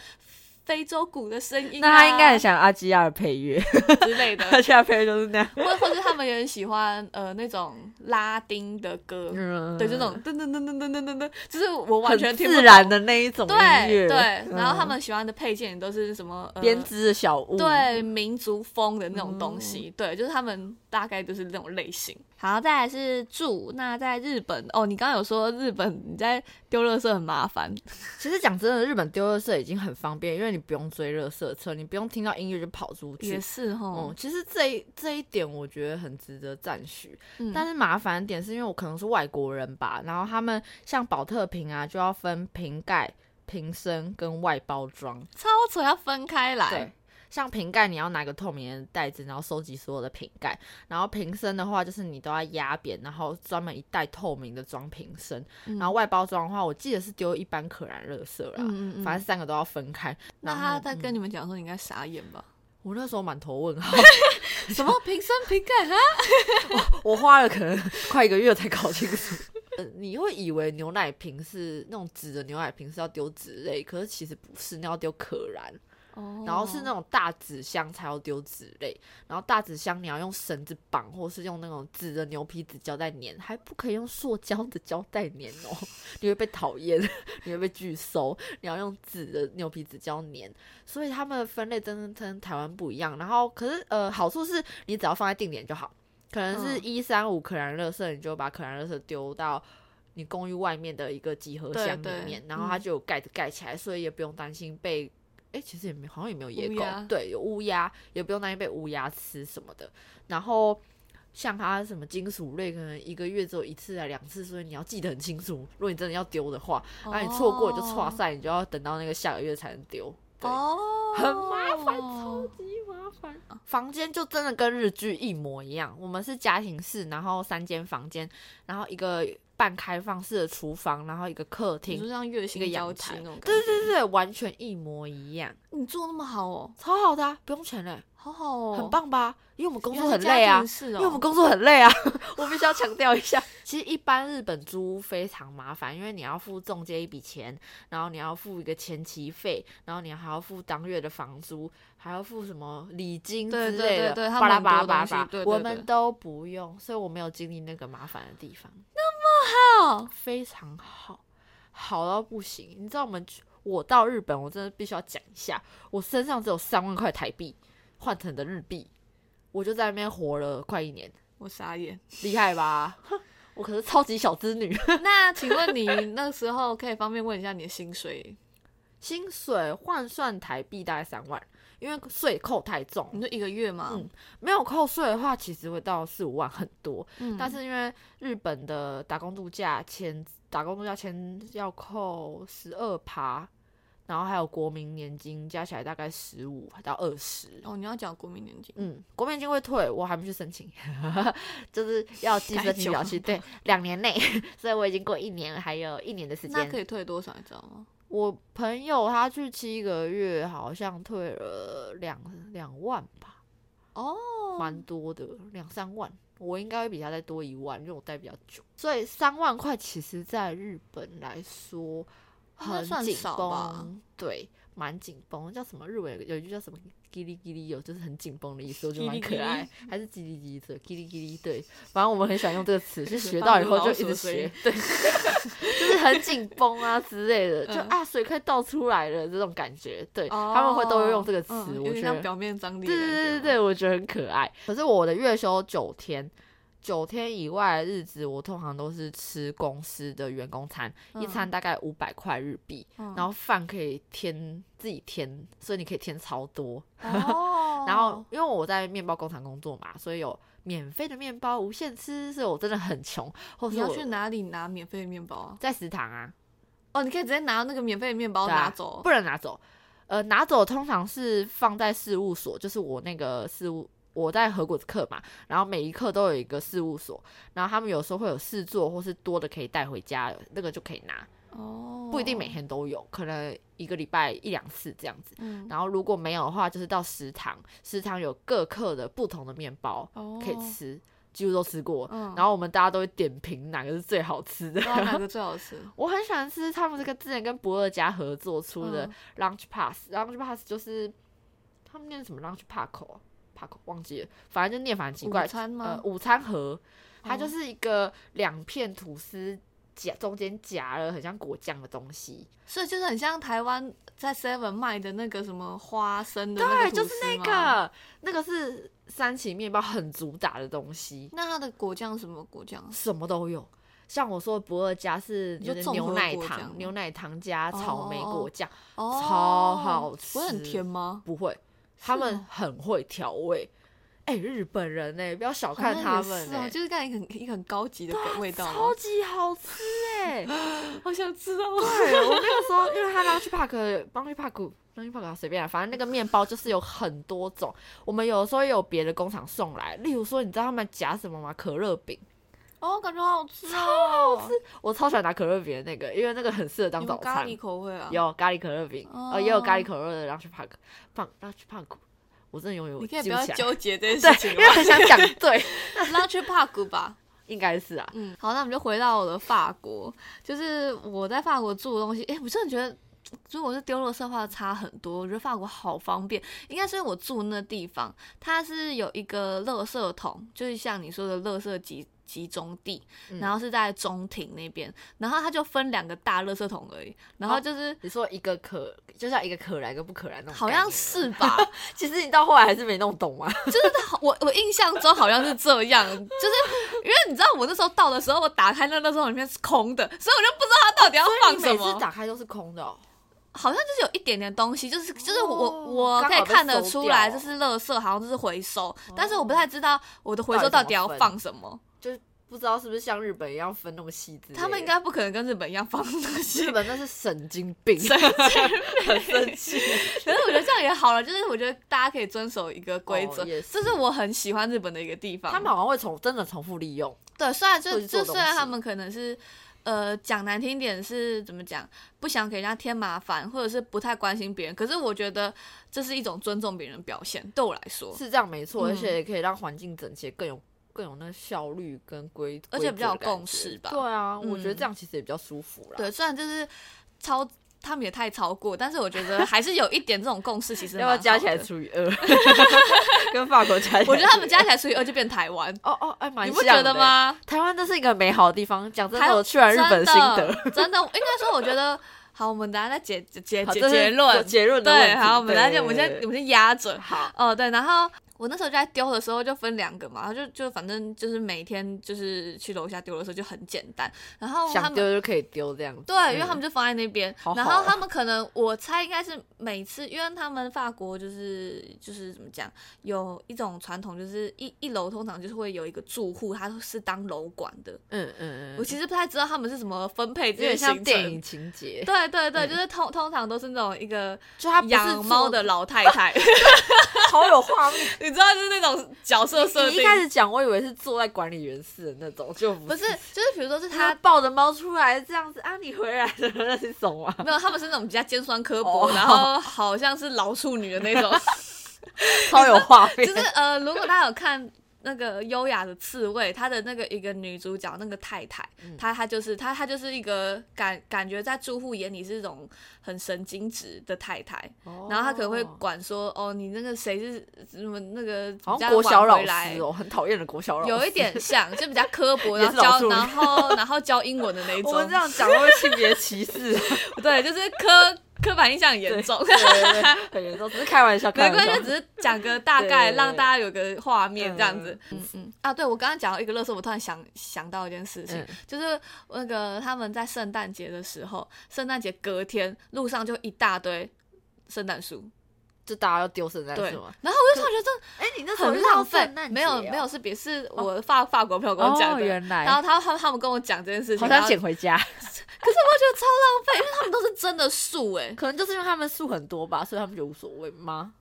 非洲鼓的声音、啊。那他应该很想阿基亚的配 乐，之类的，阿基亚配乐就是那样。或或者他们也很喜欢呃那种拉丁的歌， 嗯对，就那种噔噔噔噔噔噔噔噔，就是我完很全听不自懂然的那一种音对乐。对嗯，然后他们喜欢的配件也都是什么、呃、编织的小屋，对民族风的那种东西，对，就是他们大概都是那种类型。嗯好，再来是住，那在日本哦，你刚刚有说日本你在丢垃圾很麻烦，其实讲真的，日本丢垃圾已经很方便，因为你不用追垃圾车，你不用听到音乐就跑出去也。是哦嗯哈，，其实这一这一点我觉得很值得赞许，嗯但是麻烦的点是因为我可能是外国人吧，然后他们像保特瓶啊，就要分瓶盖、瓶身跟外包装。超扯要分开来对，，像瓶盖你要拿个透明的袋子，然后收集所有的瓶盖，然后瓶身的话就是你都要压扁，然后专门一袋透明的装瓶身，嗯然后外包装的话，我记得是丢一般可燃垃圾啦。嗯嗯反正嗯，三个都要分开，那然后他在嗯跟你们讲说你应该傻眼吧？我那时候满头问号， 什么平身平盖哈？我花了可能快一个月才搞清楚。 呃，你会以为牛奶瓶是那种纸的牛奶瓶是要丢纸类，可是其实不是，那要丢可燃。哦然后是那种大纸箱才要丢纸类，然后大纸箱你要用绳子绑，或是用那种纸的牛皮纸胶带粘，还不可以用塑胶的胶带粘哦， 你会被讨厌，你会被拒收。你要用纸的牛皮纸胶粘，所以他们的分类真的跟台湾不一样。然后可是呃，好处是你只要放在定点就好，可能是嗯一三五可燃垃圾，你就把可燃垃圾丢到。你公寓外面的一个集合对箱里对面，然后它嗯就有盖子盖起来，所以也不用担心被哎、其实也没好像也没有野乌狗鸦，对，有乌鸦，也不用担心被乌鸦吃什么的。然后像它什么金属类，可能一个月只有一次啊两次，所以你要记得很清楚。如果你真的要丢的话，那、你错过你就错赛，你就要等到那个下个月才能丢。对哦，很麻烦，超哦级麻烦。房间就真的跟日剧一模一样，我们是家庭式，然后三间房间，然后一个半开放式的厨房，然后一个客你说厅，像月一薪个邀阳请台。那种感觉，对对对，完全一模一样，你做那么好哦，超好的、啊，不用钱嘞、好好哦，很，棒吧？因为我们工工作很累啊，是因为我们哦，工作很累啊， 我必须要强调一下。其实一般日本租屋非常麻烦，因为你要付中介一笔钱，然后你要付一个前期费，然后你还要付当月的房租，还要付什么礼金之对类的，对对对他巴们拉很多巴拉巴拉巴拉东西对对我对们都不用，所以我没有经历那个麻烦的地方。哦非常好，好到不行。你知道我们去我到日本，我真的必须要讲一下，我身上只有三万块台币换成的日币，我就在那边活了快一年，我傻 眼。厉害吧？哼我可是超级小资女，那请问你那时候可以方便问一下你的薪水？ 薪水换算台币大概三万，因为税扣太重你，说一个月吗？嗯没有扣税的话，其实会到四五万，很多。嗯但是因为日本的打工度假签，打工度假签要扣十二趴，然后还有国民年金加起来大概十五到二十。哦，你要讲国民年金，嗯，国民年金会退，我还没去申请， 就是要寄申请表去，太久对，两年内， 所以我已经过一年了，还有一年的时那可间。以退多少，你知道吗？我朋友他去七个月，好像退了两两万吧，哦，蛮多的，两三万。我应该会比他再多一万，因为我待比较久，所以三万块其实在日本来说应该很算紧少吧绷，对，蛮紧绷。叫什么？日文有有一句叫什么“叽哩叽哩”，有就是很紧绷的意思，我觉得蛮叽哩可叽哩爱。还是“叽哩叽哩”对，“叽哩叽哩”对，反正我们很喜欢用这个词，就学发到以出后老就鼠一直的声音学，对，就是很紧绷啊之 类的，就嗯啊水快倒出来了这种感觉，对，他们会都会用这个词，哦嗯有我点觉像得。表面张力的对感觉吗。对对对，我觉得很可爱。可是我的月休九天，九天以外的日子，我通常都是吃公司的员工餐，嗯一餐大概五百块日币，嗯，然后饭可以添自己添，所以你可以添超多。哦然后因为我在面包工厂工作嘛，所以有免费的面包无限吃，所以我真的很穷，或你是要我去哪里拿免费的面包啊？在食堂啊，哦，你可以直接拿那个免费的面包对啊拿走。不能拿走。呃，拿走通常是放在事务所，就是我那个事务，我在和果子课嘛，然后每一课都有一个事务所，然后他们有时候会有事做，或是多的可以带回家，那个就可以拿，哦，不一定每。天都有，可能一个礼拜一两次这样子。嗯，然后如果没有的话，就是到食堂，食堂有各课的不同的面包哦可以。吃，几乎都吃过。嗯，然后我们大家都会点评哪个是最好吃不的知。道哪个最好吃？我很喜欢吃他们这个之前跟博尔家合作出的嗯 Lunch Pass，Lunch、Pass 就是他们念什么 Lunch Pack 哦，Pack 忘记了，反正就念法 很奇怪午。餐吗呃，？午餐盒，它哦就是一个两片吐司夹中间夹了很像果酱的东西，所以就是很像台湾在 Seven 卖的那个什么花生的那对，个就吐是司吗那。个，那个是三崎面包很主打的东西，那它的果酱是什么果酱？什么都有。像我说的不二家是你说就是综牛合奶果酱糖，吗牛奶糖加草莓哦哦哦果酱，哦，超好吃不会很甜吗？不会，他们哦很会调味。哎、日本人呢、不要小好像看他也们是呢、哦，就是感觉很一个很高级的味道超吗，级好吃 哎、好想吃哦。对，我那个时候因为他拿去 park，帮去 park。帮去 park 随便啦，啊反正那个面包就是有很多种。我们有的时候也有别的工厂送来，例如说，你知道他们夹什么吗？可乐饼，哦，感觉好好吃哦，超好吃，我超喜欢拿可乐饼的那个，因为那个很适合当早咖餐。喱口味啊，，有咖喱可乐饼，哦呃，也有咖喱可乐的 lunch park，放 lunch park，我真的永远你可记以不不要起来。纠结这件事对，情因为很想讲对， ，Lunch Park 吧。应该是啊。嗯，好，那我们就回到我的法国，就是我在法国住的东西，哎，我真的觉得如果是丢垃圾的话，差很多。我觉得法国好方便，应该是因为我住那地方，它是有一个垃圾桶，就是像你说的垃圾集集中地，嗯然后是在中庭那边，然后它就分两个大垃圾桶而已，然哦后就是。你说一个可，就像一个可来，一个不可来那种，好像。是吧？ 其实你到后来还是没弄懂嘛。就是好我我印象中好像是这样， 就是因为你知道我那时候到的时候，我打开那垃圾桶里面是空的，所以我就不知道它到底要放你什每么次。打开都是空的、哦，好像就是有一点点东西，就是就是我、哦我可以刚好被看得收出掉来，哦这是垃圾，好像这是回收，但是我不太知道我的回收到哦到底底要怎么分放什么。就是不知道是不是像日本一样分那么细致。他们应该不可能跟日本一样放东西日，本那是神经 病，神很生气。可是我觉得这样也好了，就是我觉得大家可以遵守一个规则，哦也这是我很喜欢日本的一个地方。他们好像会重真的重复利用，对，虽然就会去就虽做东然他西们可能是，呃，讲难听点是怎么讲，不想给人家添麻烦，或者是不太关心别人，可是我觉得这是一种尊重别人的表现，对我来说，是这样没嗯错，而且也可以让环境整洁更有更有那个效率跟规，而且比较有规则的感觉共识吧对啊，嗯我觉得这样其实也比较舒服啦。对，虽然就是超。他们也太超过，但是我觉得还是有一点这种共识，其实要不要蛮加好起来的除以二？跟法国加起来除以我二， 觉得他们加起来除以二就变台湾，哦哦，哎，蛮你不像觉得的吗？台湾真是一个美好的地方。讲真还的，有我去完日本心得，真的，真的应该说，我觉得好，我们等下再结结结好结这是结论，结论的问对，题好，我们等下对就我们先我们先压着，好，哦，对，然后我那时候就在丢的时候就分两个嘛，然后就就反正就是每天就是去楼下丢的时候就很简单，然后他想们。丢就可以丢这样子。对，因为他嗯们就放在那边，好然好后哦他们可能我猜应该是每次，因为他们法国就是就是怎么讲，有一种传统，就是一一楼通常就是会有一个住户，他是当楼管的。嗯嗯嗯，我其实不太知道他们是怎么分配有这些行点像程。电影情节，对对对，嗯就是通通常都是那种一个就他不是养猫 的老太太，坐，好有画面。你知 道就是那种角色设你定。一开始讲，我以为是坐在管理员室的那种，就不不是，就是比如说是他他抱着猫出来这样子啊，你回来了，那是什 么啊？没有，他们是那种比较尖酸刻薄，哦然后好像是老处女的那种，超有画面，就是呃，如果大家有看。那个优雅的刺猬，她的那个一个女主角，那个太太，嗯她她就是她她就是一个感感觉在住户眼里是一种很神经质的太太，哦然后她可能会管说，哦，你那个谁是什么那个好比较像国小晚老回来师哦，很讨厌的国小老师，有一点像，就比较刻薄， 也然是后教老处女然后然后教英文的那一种 我，们这样讲会不会性别歧视啊，对，就是刻刻板印象很严重。对对对很严重，只是开玩笑，没开玩关笑系，。只是讲个大对概，对对让大家有个画面嗯这样子。嗯嗯嗯啊，对我刚刚讲到一个乐色，我突然想想到一件事情，嗯就是那个他们在圣诞节的时候，圣诞节隔天路上就一大堆圣诞树，就大家要丢圣诞对树吗？。然后我就突然觉得哎、你那这很浪费，没有没有是别是我法法国朋友跟我讲啊哦，的。原来然后他他他们跟我讲这件事情，好然想后捡回家，可是我觉得超浪费，因为他们都是真的树 哎、可能就是因为他们树很多吧，所以他们觉得无所谓吗？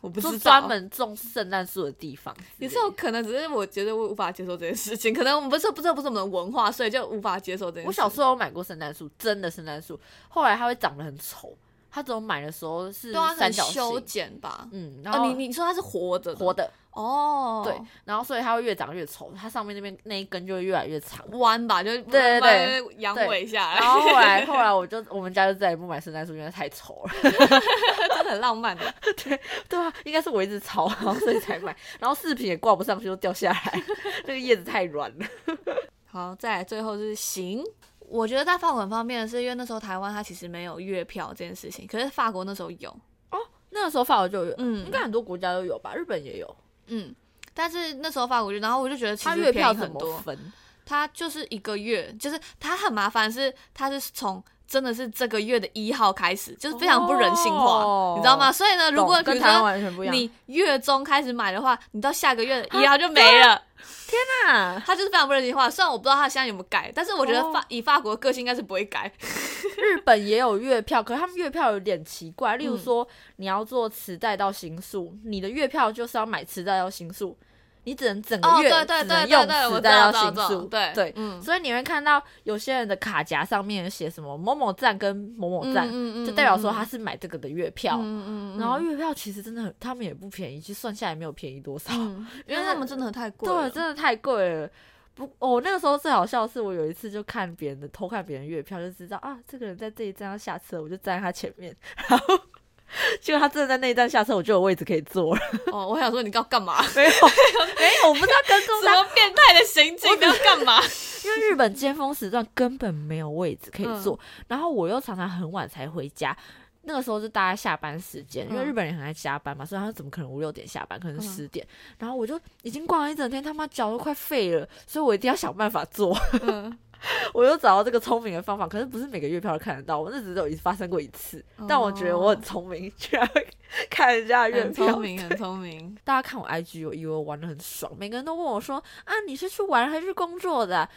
我不不知道是专门种圣诞树的地方之类的，也是有可能，只是我觉得我无法接受这件事情，可能我们不是不知道不是我们的文化，所以就无法接受这件事。我小时候有买过圣诞树，真的圣诞树，后来它会长得很丑，它只有买的时候是对啊，三很角修形，剪吧？嗯，然啊，后、你你说它是活着活的，哦，对，然后所以它会越长越丑，它上面那边那一根就会越来越长。弯吧，就对对对，阳痿下然来， 后后来，后来我就我们家就再也不买圣诞树，因为它太丑了。真的很浪漫的。 对啊，应该是我一直吵，然后所以才买。然后饰品也挂不上去，就掉下来， 那个叶子太软了。好，再来最后就是行。我觉得在法管方面，是因为那时候台湾它其实没有月票这件事情，可是法国那时候有，那个时候法国就有，嗯应该很多国家都有吧，日本也有。嗯，但是那时候法国就，然后我就觉得其它实月便票宜怎很多么，分？它就是一个月，就是它很麻烦，是它是从真的是这个月的一号开始，就是非常不人性化，哦你知道吗？所以呢，如果懂比跟如台湾说完全不一样，你月中开始买的话，你到下个月的一号就没了，啊，它就是非常不人性化。虽然我不知道它现在有没有改，但是我觉得法、哦以法国的个性应该是不会改。日本也有月票，可是他们月票有点奇怪。例如嗯说，你要做磁带到新宿，你的月票就是要买磁带到新宿，你只能整哦，对个嗯月对对只能对用对对，我磁知带道，到知道，新知道宿。对对，嗯，所以你会看到有些人的卡夹上面写什么某某站跟某某嗯站，嗯嗯就代表说他是买这个的月票。嗯嗯嗯，然后月票其实真的很，他 们也不便宜，其实算下来没有便宜多少，嗯，因为他们真的太贵了，对，真的太贵了。不，我、那个时候最好笑的是，我有一次就看别人的偷看别人月票，就知道啊，这个人在这一站要下车，我就站在他前面，然后 结果他真的在那一站下车，我就有位置可以坐了。哦，我想说你要干嘛？没有，没有，我不知道跟 踪什他，么变态的行径？你要干 嘛？因为日本尖峰时段根本没有位置可嗯以坐，然后我又常常很晚才回家。那个时候是大家下班时间，因嗯为日本人很爱加班嘛，所以他怎么可能五六点下班，可能嗯十点。然后我就已经逛了一整天，他妈脚都快废了，所以我一定要想办法坐。 嗯，我又找到这个聪明的方法，可是不是每个月票都看得到，我那只有一发生过一次。但我觉得我很聪明，居然会看人家的月哦很票。聪明，很聪明。大家看我 IG，我以为我玩的很爽，每个人都问我说：“啊，你是去玩还是工作的啊、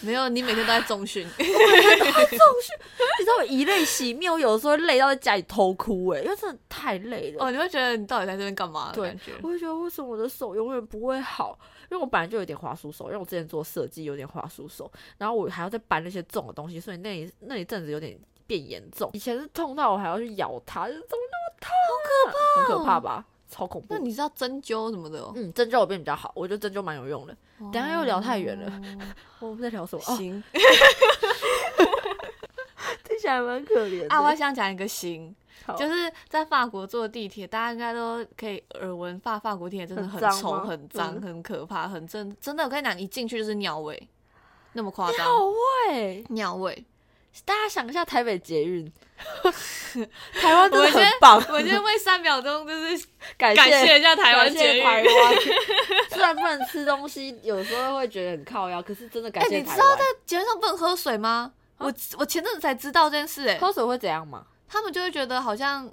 没有，你每天都在重 训。你知道我以泪洗面，我有时候会累到在家里偷哭哎、因为真的太累了。哦，你会觉得你到底在这边干嘛？对感觉我会觉得为什么我的手永远不会好？因为我本来就有点滑鼠手，因为我之前做设计有点滑鼠手，然后我还要再搬那些重的东西，所以那一那一阵子有点变严重。以前是痛到我还要去咬它，就是怎么那么痛、好可怕，很可哦怕吧？超恐怖那。你知道针灸什么的哦？嗯，针灸我变比较好，我觉得针灸蛮有用的。等一下又聊太远了了。我们在聊什么？哦， 行听起来蛮可怜的。啊，我还想讲一个行， 好就是在法国坐地铁，大家应该都可以耳闻法法国地铁真的很很脏臭、吗很脏、嗯很可怕、很真真的，我跟你讲，一进去就是尿味，那么夸张，好欸会，尿味。大家想一下台北捷运， 台湾真我们的很先棒，我今天为三秒钟就是 感感谢谢一下台湾感捷谢运。台湾， 虽然不能吃东西，有时候会觉得很靠腰，可是真的感哎、谢你知台道湾在。捷运上不能喝水吗？我我前阵子才知道这件事、哎，啊喝水会怎样吗？他们就会觉得好像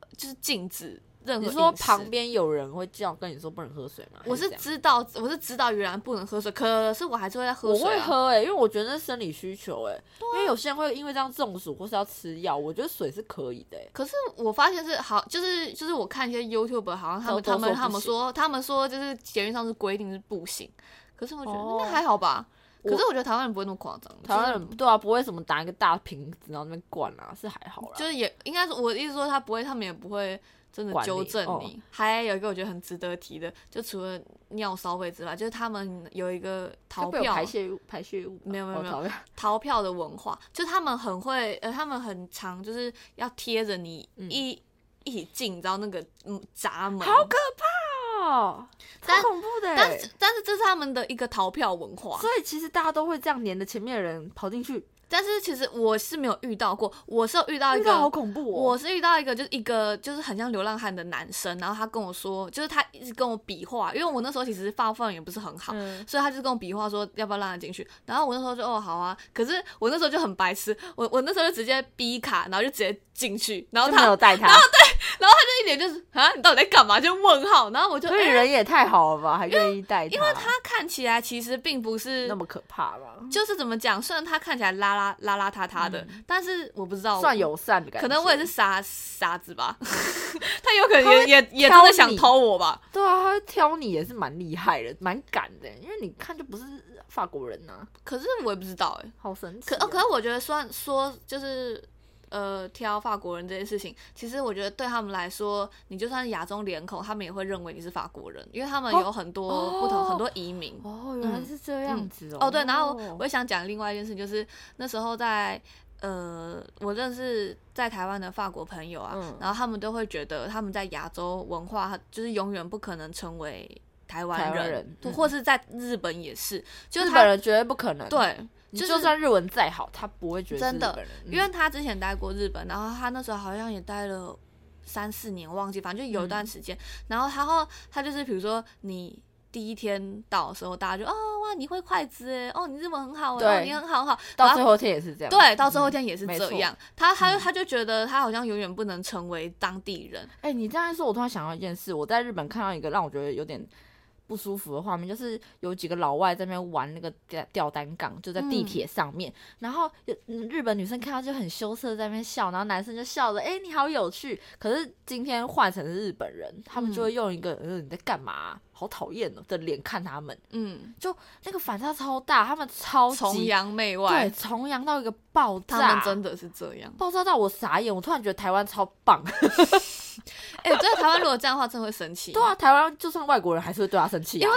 呃就是禁止任何你饮食。说旁边有人会这样跟你说不能喝水吗？我还是是怎样知道，我是知道原来不能喝水，可是我还是会在喝我水、会啊。喝哎、因为我觉得那是生理需求哎、因为有些人会因为这样中暑或是要吃药，我觉得水是可以的、欸。可是我发现是好，就是就是我看一些 YouTube，好像他们他都都说们不他们行说他们说就是捷运上是规定是不行，可是我觉得、哦那还好吧。我可是我觉得台湾人不会那么夸张，台湾就人是对啊，不会什么拿一个大瓶子然后那边灌啊，是还好啦。就是也应该是我的意思说他不会，他们也不会真的管纠你正哦你。还有一个我觉得很值得提的，就除了尿骚味之外，就是他们有一个它逃不会有票啊排泄物，排泄物吧没有没有哦没有逃票逃票的文化，就他们很会，呃，他们很常就是要贴着你嗯一、一起进，你知道那个嗯闸门，好可怕哦，但超恐怖的、欸。但是哦但是这是他们的一个逃票文化，所以其实大家都会这样黏着前面的人跑进去，但是其实我是没有遇到过，我是有遇到一遇个到好恐怖哦！我是遇到一个，就是一个就是很像流浪汉的男生，然后他跟我说，就是他一直跟我比划，因为我那时候其实发放也不是很好，嗯所以他就跟我比划说要不要让他进去，然后我那时候就哦好啊，可是我那时候就很白痴，我我那时候就直接逼卡，然后就直接进去，然后就哦他没有带他，然后他就一脸就是啊你到底在干嘛？就问号，然后我就所以哎人也太好了吧，还愿意带他，因为他看起来其实并不是那么可怕吧，就是怎么讲，虽然他看起来拉拉拉拉遢遢的，但是我不知道算友善的感觉。哦可能我也是傻傻子吧， 他有可能也也也挑真的想你偷我吧。对啊，他挑你也是蛮厉害的，蛮敢的，因为你看就不是法国人呐、啊可是我也不知道哎、好神奇可哦、哦，可是我觉得算说就是呃挑法国人这件事情，其实我觉得对他们来说，你就算是亚洲脸孔，他们也会认为你是法国人，因为他们哦有很多不同、哦很多移民。哦，原来是这样子哦。哦，对，然后我也想讲另外一件事，就是那时候在呃，我认识在台湾的法国朋友啊，嗯然后他们都会觉得他们在亚洲文化就是永远不可能成为台湾台人，湾人嗯或是在日本也是，就是日他本人绝对不可能，，对，你就是就算日文再好，他不会觉得是真的日本人嗯因为他之前待过日本，然后他那时候好像也待了三四年，忘记，反正就有一嗯段时间。然后他后他就是比如说你第一天到的时候，大家就哦哇你会筷子哎，哦你日文很好哎，对哦你很好很好，然到后最后天也是这样，对，到最后嗯一天也是没这错样。他他他就觉得他好像永远不能成为当地人。哎、你这样一说，我突然想到一件事，我在日本看到一个让我觉得有点不舒服的画面，就是有几个老外在那边玩那个吊吊单杠，就在地嗯铁上面，然后有嗯日本女生看到就很羞涩在那边笑，然后男生就笑着，哎、你好有趣。可是今天换成是日本人，他们就嗯会用一个，嗯、你在干嘛啊、好讨厌哦的脸看他们，嗯，那个反差超大，他们超级崇洋媚对外，崇洋到一个爆炸，他们真的是这样。爆炸到我傻眼，我突然觉得台湾超棒。 哎、我在台湾如果这 样的话，真的会生气。对啊，台湾就算外国人还是会对他生气、啊，因为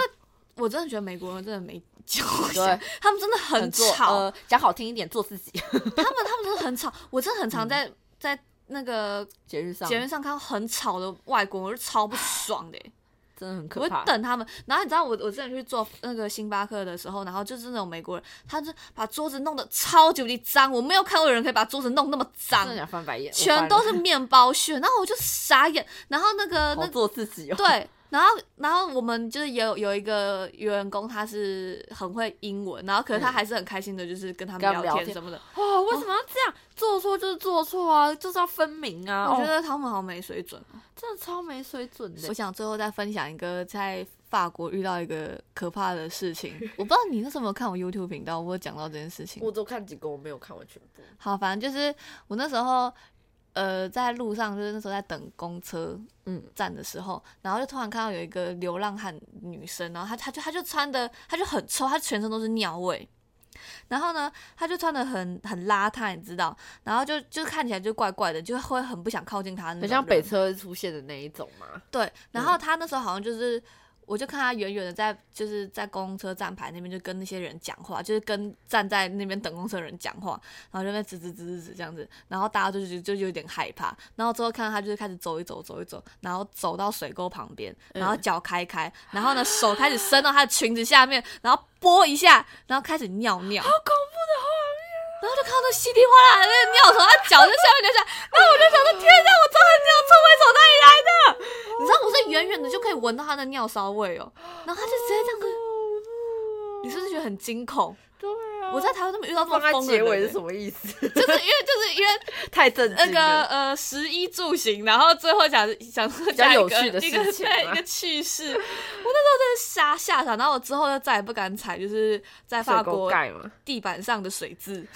我真的觉得美国人真的没 揪一下对，，他们真的很做吵，呃，讲好听一点，做自己。 他们他们真的很吵，我真的很常在、在那个节日上节目上看到很吵的外国人，我就超不爽的欸、真的很我可怕会。等他们。然后你知道我我之前去做那个星巴克的时候，然后就是那种美国人，他就把桌子弄得超级无敌脏，我没有看过有人可以把桌子弄那么脏真的，想翻白眼，我全翻都了是面包屑。然后我就傻眼，然后那个好那做自己哦。，对，然后然后我们就是也有有一个员工，他是很会英文，然后可是他还是很开心的，就是跟他嗯跟们他们聊聊天天什么的。哦，为什么要这样？做错就是做错啊，就是要分明啊。我觉哦得他们好没水准哦。真的超没水准的我。想最后再分享一个在法国遇到一个可怕的事情，我不知道你那时候有没有看我 YouTube 频道，我有讲到这件事情。只有看几个，我没有看完全部。好，反正就是我那时候，呃，在路上就是那时候在等公车嗯，站的时候，然后就突然看到有一个流浪汉女生，然后她她就她就穿的她就很臭，她全身都是尿味。然后呢，她就穿的很很邋遢，你知道，然后就就看起来就怪怪的，就会很不想靠近她那种人。很像北车出现的那一种嘛。对，然后他那时候好像就是，我就看他远远的在就是在公车站牌那边就跟那些人讲话，就是跟站在那边等公车的人讲话，然后就在指指指指指这样子，然后大家就就就有点害怕，然后之后看到他就是开始走一走走一走，然后走到水沟旁边，然后脚开开，然后呢手开始伸到他的裙子下面，然后拨一下，然后开始尿尿，好恐怖的画面。啊然后就看到那稀里哗啦的那个尿从他脚在下面流下来，然后我就想说：天哪，我真的尿臭味从哪里来的？你知道我是远远的就可以闻到它的尿骚味 哦，然后它就直接这样子，哦你是不是觉得很惊恐？对啊我在台湾都没遇到这么放在疯的结人尾是欸什么意 思？就是因为就是因为太震那惊个了。呃食衣住行，然后最后想想说较加一有个趣的一个事情啊对嘛一个趣事，我那时候真的傻吓傻，然后我之后就再也不敢踩，就是在法水沟国盖嘛，地板上的水渍，因为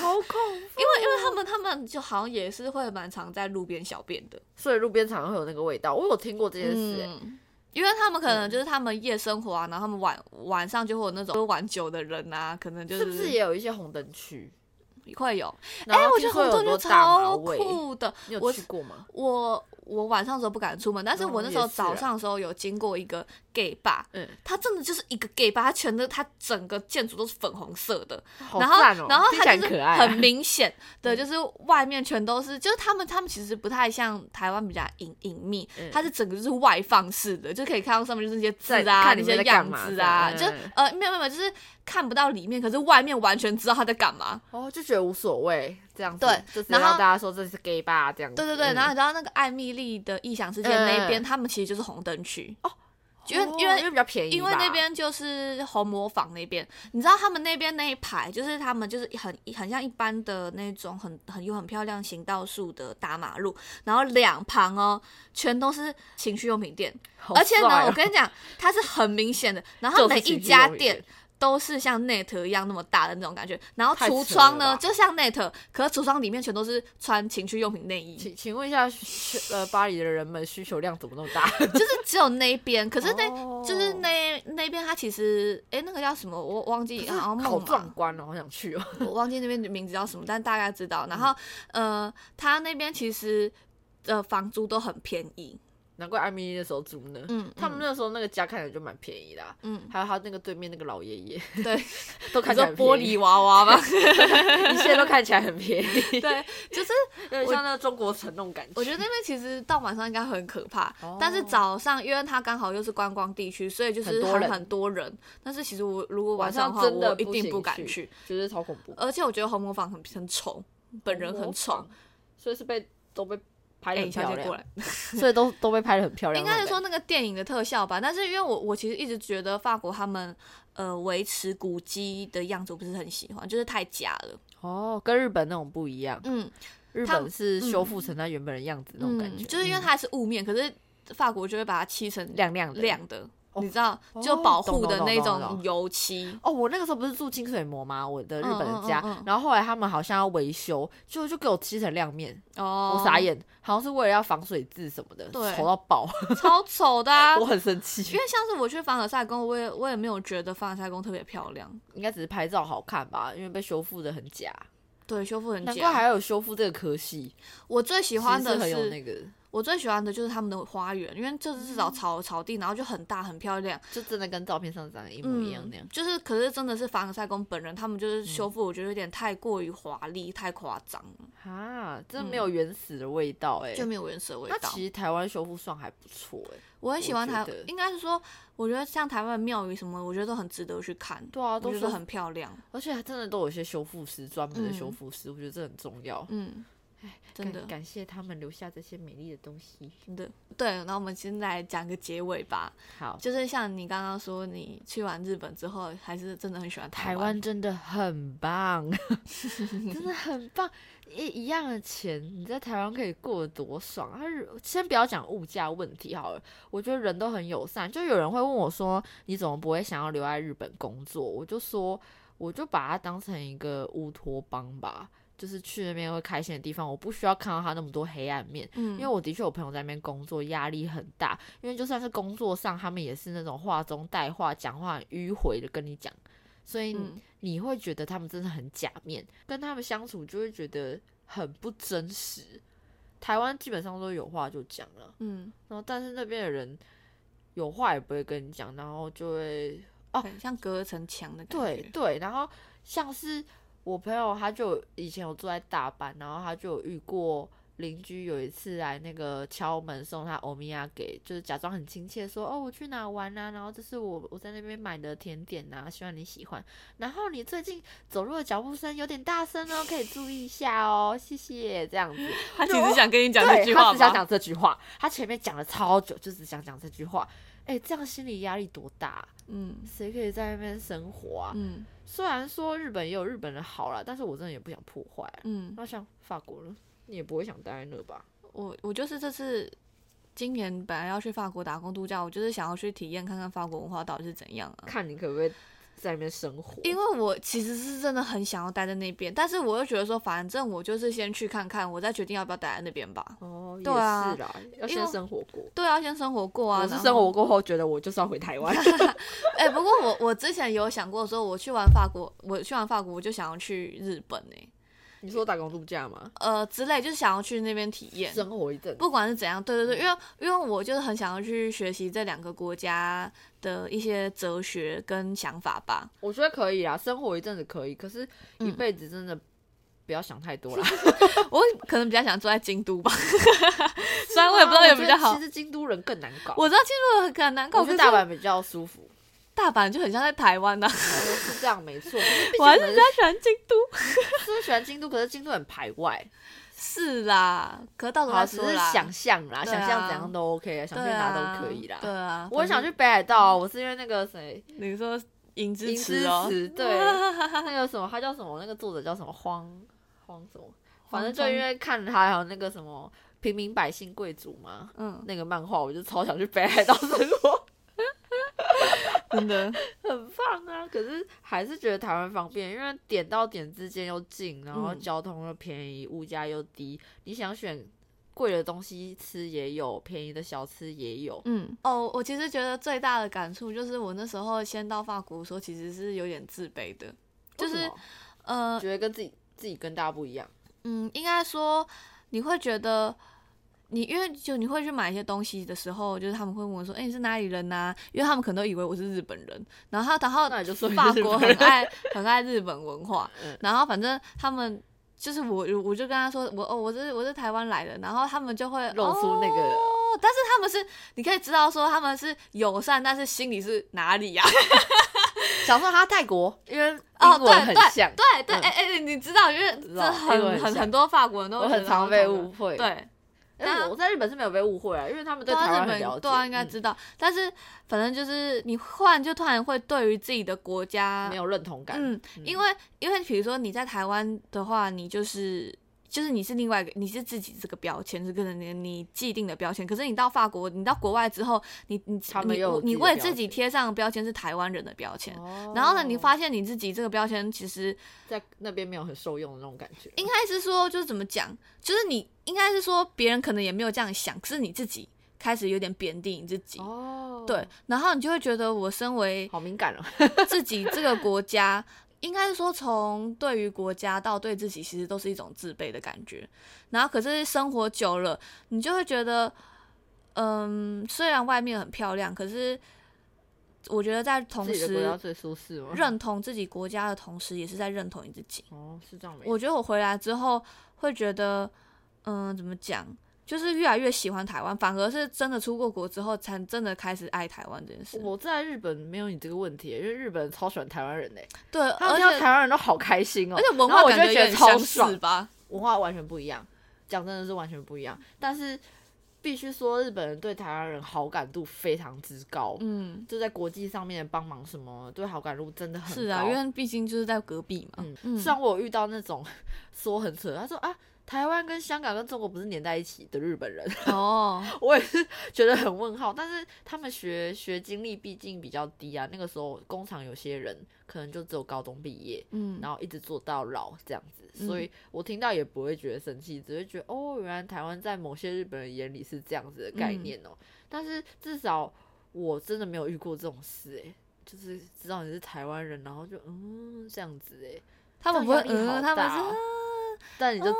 好恐怖！哦因为他们他们就好像也是会蛮常在路边小便的，所以路边常常会有那个味道，我有听过这件事、欸嗯，因为他们可能就是他们夜生活啊，然后他们晚晚上就会有那种就是玩酒的人啊，可嗯能就是不是也有一些红灯区？会有。然哎、后我觉听得说红有很灯多就大麻超味，酷的。你有我去过吗？我我晚上的时候不敢出门，但是嗯我那时候也是啊早上的时候有经过一个 gay bar，嗯，它真的就是一个 gay bar，它全都它整个建筑都是粉红色的，好然后赞哦、然后听它起来就是可爱、很明显的，嗯就是外面全都是，就是他们他们其实不太像台湾比较隐隐秘，嗯它是整个就是外放式的，就可以看到上面就是那些字在啊、看那你们些在样干嘛子这啊，样就嗯呃没有没有没有，就是看不到里面，可是外面完全知道他在干嘛。哦，就觉得无所谓这样子，对就是然后让大家说这是 gay 吧这样子。对对对，嗯然后你知道那个艾米丽的异想世界嗯那边，他们其实就是红灯区哦，因为哦因因为为。比较便宜吧，因为那边就是红磨坊那边，你知道他们那边那一排就是他们就是很很像一般的那种很很有很漂亮行道树的大马路，然后两旁哦全都是情趣用品店，好而且帅呢，哦我跟你讲，它是很明显的，然就后是 每情一趣家用品店。都是像 Net 一样那么大的那种感觉，然后太橱扯窗了呢吧就像 Net，可是橱窗里面全都是穿情趣用品内衣，请请问一下，呃，巴黎的人们需求量怎么那么大？就是只有那一边，可是那、哦就是那那边它其实哎、诶那个叫什么我忘记，好像好梦壮嘛，观哦，好想去哦。 我忘记那边的名字叫什么，但大概知道。然后、呃，它那边其实呃房租都很便宜，难怪艾米丽那时候租呢。嗯，他们那时候那个家看起来就蛮便宜的啊、嗯还有他那个对面那个老爷爷对， 都你看起说来很玻便璃宜，娃娃 吗？一切都看起来很便宜，对，就是有点像那个中国城那种感觉。我觉得那边其实到晚上应该很可怕，哦但是早上因为它刚好又是观光地区，所以就是很多很人很多人。但是其实我如果晚晚上的话，上真的我一定不不行敢去去，觉得超恐怖，而且我觉得红磨坊很很丑，本人很丑模。仿，所以是被都被拍哎、的很小漂姐过亮，来， 所以都都被拍的很漂亮应那种该感是觉。说那个电影的特效吧。但是因为我我其实一直觉得法国他们呃维持古迹的样子，我不是很喜欢，就是太假了。哦，跟日本那种不一样，嗯，日他本是修复成它原本的样子那种感觉，嗯，就是因为嗯它还是雾面，可是法国就会把它漆成亮亮的亮的，哦你知道，哦就保护懂的懂那懂懂种懂油漆。哦，我那个时候不是住清水模吗？我的日本的家，嗯嗯嗯嗯然后后来他们好像要维修，就就给我漆成亮面，哦，我傻，眼，好像是为了要防水渍什么的，对丑到爆，超丑的、啊 。我很生气因。为像是我去凡尔赛宫，我也我也没有觉得凡尔赛宫特别漂亮，应该只是拍照好看吧，因为被修复的很假，对，修复很难怪还假。有修复这个科系，我最喜欢其实的是很有是，那个我最喜欢的就是他们的花园，因为就是至少草草地，然后就很大很漂亮。就真的跟照片上长得一模一样那样。就是，可是真的是凡尔赛宫本人，他们就是修嗯复，我觉得有点太过于华丽、太夸张了，啊，真的没有原始的味道哎、就没有原始的味那道。其实台湾修复算还不错哎、我很喜欢台我觉得，应该是说，我觉得像台湾的庙宇什么，我觉得都很值得去看，对啊，我都觉是得很漂亮。而且还真的都有一些修复师，专门的嗯修复师，我觉得这很重要。嗯，真的感，感谢他们留下这些美丽的东西。真的。对，那我们现在讲个结尾吧，好，就是像你刚刚说，你去完日本之后，还是真的很喜欢台湾湾。真的很棒，真的很棒。一一样的钱，你在台湾可以过得多爽。他先不要讲物价问题好了，我觉得人都很友善。就有人会问我说：“你怎么不会想要留在日本工作？”我就说，我就把它当成一个乌托邦吧，就是去那边会开心的地方。我不需要看到它那么多黑暗面，嗯，因为我的确有朋友在那边工作，压力很大。因为就算是工作上，他们也是那种话中带话，讲话很迂回的跟你讲，所以嗯你会觉得他们真的很假面，跟他们相处就会觉得很不真实。台湾基本上都有话就讲了，嗯，然后但是那边的人有话也不会跟你讲，然后就会哦很像隔层墙的感觉。对对，然后像是我朋友，他就以前有住在大阪，然后他就有遇过邻居有一次来那个敲门送他欧米亚给，就是假装很亲切说哦我去哪玩啊，然后这是我我在那边买的甜点啊，希望你喜欢。然后你最近走路的脚步声有点大声哦，可以注意一下哦，谢谢 这样子。 他其实想跟你讲这句对，他话只想吧？讲这句话，他前面讲了超久，就只想讲这句话。哎，这样心理压力多大啊、嗯谁可以在那边生活啊？嗯虽然说日本也有日本人好啦，但是我真的也不想破坏啊。嗯，那像法国呢，你也不会想待在那吧？我我就是这次今年本来要去法国打工度假，我就是想要去体验看看法国文化到底是怎样啊。看你可不可以在那边生活。因为我其实是真的很想要待在那边，但是我又觉得说，反正我就是先去看看，我再决定要不要待在那边吧。哦，也对啊是啦，要因先为生活过。对啊，先生活过啊。我是然后生活。过后觉得我就是要回 台湾，哎、不过我我之前有想过说，我去完法国，我去完法国，我就想要去日本哎、你说打工度假吗？呃之类，就是想要去那边体验。生活一阵子，不管是怎样，对对对，因为因为我就是很想要去学习这两个国家的一些哲学跟想法吧。我觉得可以啦，生活一阵子可以，可是一嗯辈子真的不要想太多啦。我可能比较想住在京 都吧， 虽然我也不知道有没有比较我觉得好其。实京都人更难搞，我知道京都很很难搞，我可觉得是大阪比较舒服，哦大阪就很像在台湾呐、是这样 没错。可是毕竟我还是们比较喜欢京都。虽然喜欢京都，可是京都很排外。是啦，可到时候好，再只说是啦。想象啦，对啊想象怎样都 OK 啊，想去对哪啊，都可以啦。对啊，我很想去北海道啊，我是因为那个谁，反正你说银之林之池哦， 池，对，那个什么，他叫什么？那个作者叫什么？荒荒什么？反正就因为看他还有那个什么平民百姓贵族嘛，嗯，那个漫画，我就超想去北海道生活， 真的，很棒啊！可是还是觉得台湾方便，因为点到点之间又近，然后嗯交通又便宜，物价又低，你想选贵的东西吃也有，便宜的小吃也有，嗯，哦，我其实觉得最大的感触就是我那时候先到法国的时候，其实是有点自卑的，就为什是么呃，觉得跟自己自己跟大家不一样。嗯，应该说你会觉得你因为就你会去买一些东西的时候，就是他们会问我说：“哎、你是哪里人呐、因为他们可能都以为我是日本人，然后然后那你就说你是法日国本很人爱很爱日本文化嗯，然后反正他们。就是我，我就跟他说，我哦，我是我是台湾来的，然后他们就会露出那个哦，但是他们是，你可以知道说他们是友善，但是心里是哪里呀、想说他泰国，因为哦，对 英文对很像，对对，嗯哎哎、你知道，因为知这道很英文很很像很多法国人都我觉得很他常们被同误人会。，对，但那我在日本是没有被误会啊，因为他们对啊台湾日很本了解，嗯对啊，应该知道。但是反正就是你忽然就突然会对于自己的国嗯家没，有认同感。嗯，因为因为比如说你在台湾的话，你就是。就是你是另外一个，你是自己这个标签，是跟着你你既定的标签。可是你到法国，你到国外之后，你你他们你又有自己你的为标自己签贴上的标签是台湾人的标签，哦然后呢，你发现你自己这个标签其实在那边没有很受用的那种感觉，应该是说，就是怎么讲，就是你应该是说别人可能也没有这样想，可是你自己开始有点贬低你自己。哦对，，然后你就会觉得我身为好敏感哦。自己这个国家，应该是说从对于国家到对自己，其实都是一种自卑的感觉。然后可是生活久了，你就会觉得，嗯，虽然外面很漂亮，可是我觉得在同自己的国家时最舒适吗？认同自己国家的同时，也是在认同你自己。哦，是这样没错？我觉得我回来之后会觉得，嗯，怎么讲，就是越来越喜欢台湾，反而是真的出过国之后，才真的开始爱台湾这件事。我在日本没有你这个问题，因为日本人超喜欢台湾人呢、对，他们而看到且台湾人都好开心哦、而且文然化后我感就会觉觉有点得超相爽似，吧？文化完全不一样。讲真的是完全不一样，但是必须说日本人对台湾人好感度非常之高，嗯，就在国际上面的帮忙什么，对好感度真的很高。是啊，因为毕竟就是在隔壁嘛。嗯，虽然我有遇到那种 说很扯，他说啊，台湾跟香港跟中国不是连在一起的日本人， 哦，我也是觉得很问号。但是他们学学经历毕竟比较低啊，那个时候工厂有些人可能就只有高中毕业，嗯，然后一直做到老这样子，嗯所以我听到也不会觉得生气，只会觉得哦，原来台湾在某些日本人眼里是这样子的概念哦。但是至少我真的没有遇过这种事诶、就是知道你是台湾人，然后就嗯这样子诶、他们不会，这样压力好嗯，他们大哦是，但你就只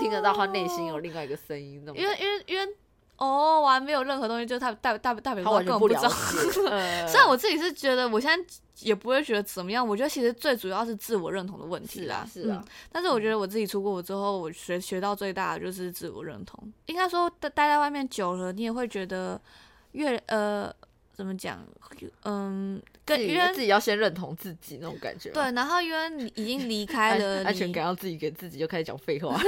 听得到他内心有另外一个声音，那种因为感觉因为因为哦，我还没有任何东西，就是他代代代表他说完根全本不不了知道。解。 呃虽然我自己是觉得，我现在也不会觉得怎么样。我觉得其实最主要是自我认同的问题是啦啊，是啊嗯。但是我觉得我自己出国之后，我学学到最大的就是自我认同。应该说，待待在外面久了，你也会觉得越呃怎么讲，嗯，自跟己因为自己要先认同自己那种感觉吧， 对，然后因为你已经离开安了安全你感要自己给自己，就开始讲废 话。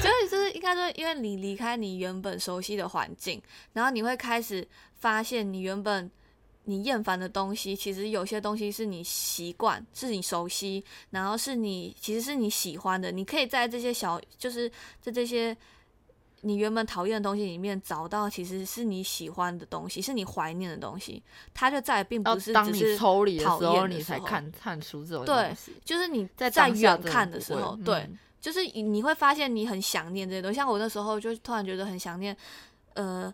所以就是应该说，因为你离开你原本熟悉的环境，然后你会开始发现你原本你厌烦的东西，其实有些东西是你习惯，是你熟悉，然后是你其实是你喜欢的。你可以在这些小，就是在这些你原本讨厌的东西里面找到其实是你喜欢的东西，是你怀念的东西。它就再也并要不是当只你是抽离的时讨厌候，的你时才候看看出这种对东西。就是你在在当下远真的看不的时会候，对，嗯就是你你会发现你很想念这些东西。像我那时候就突然觉得很想念，呃，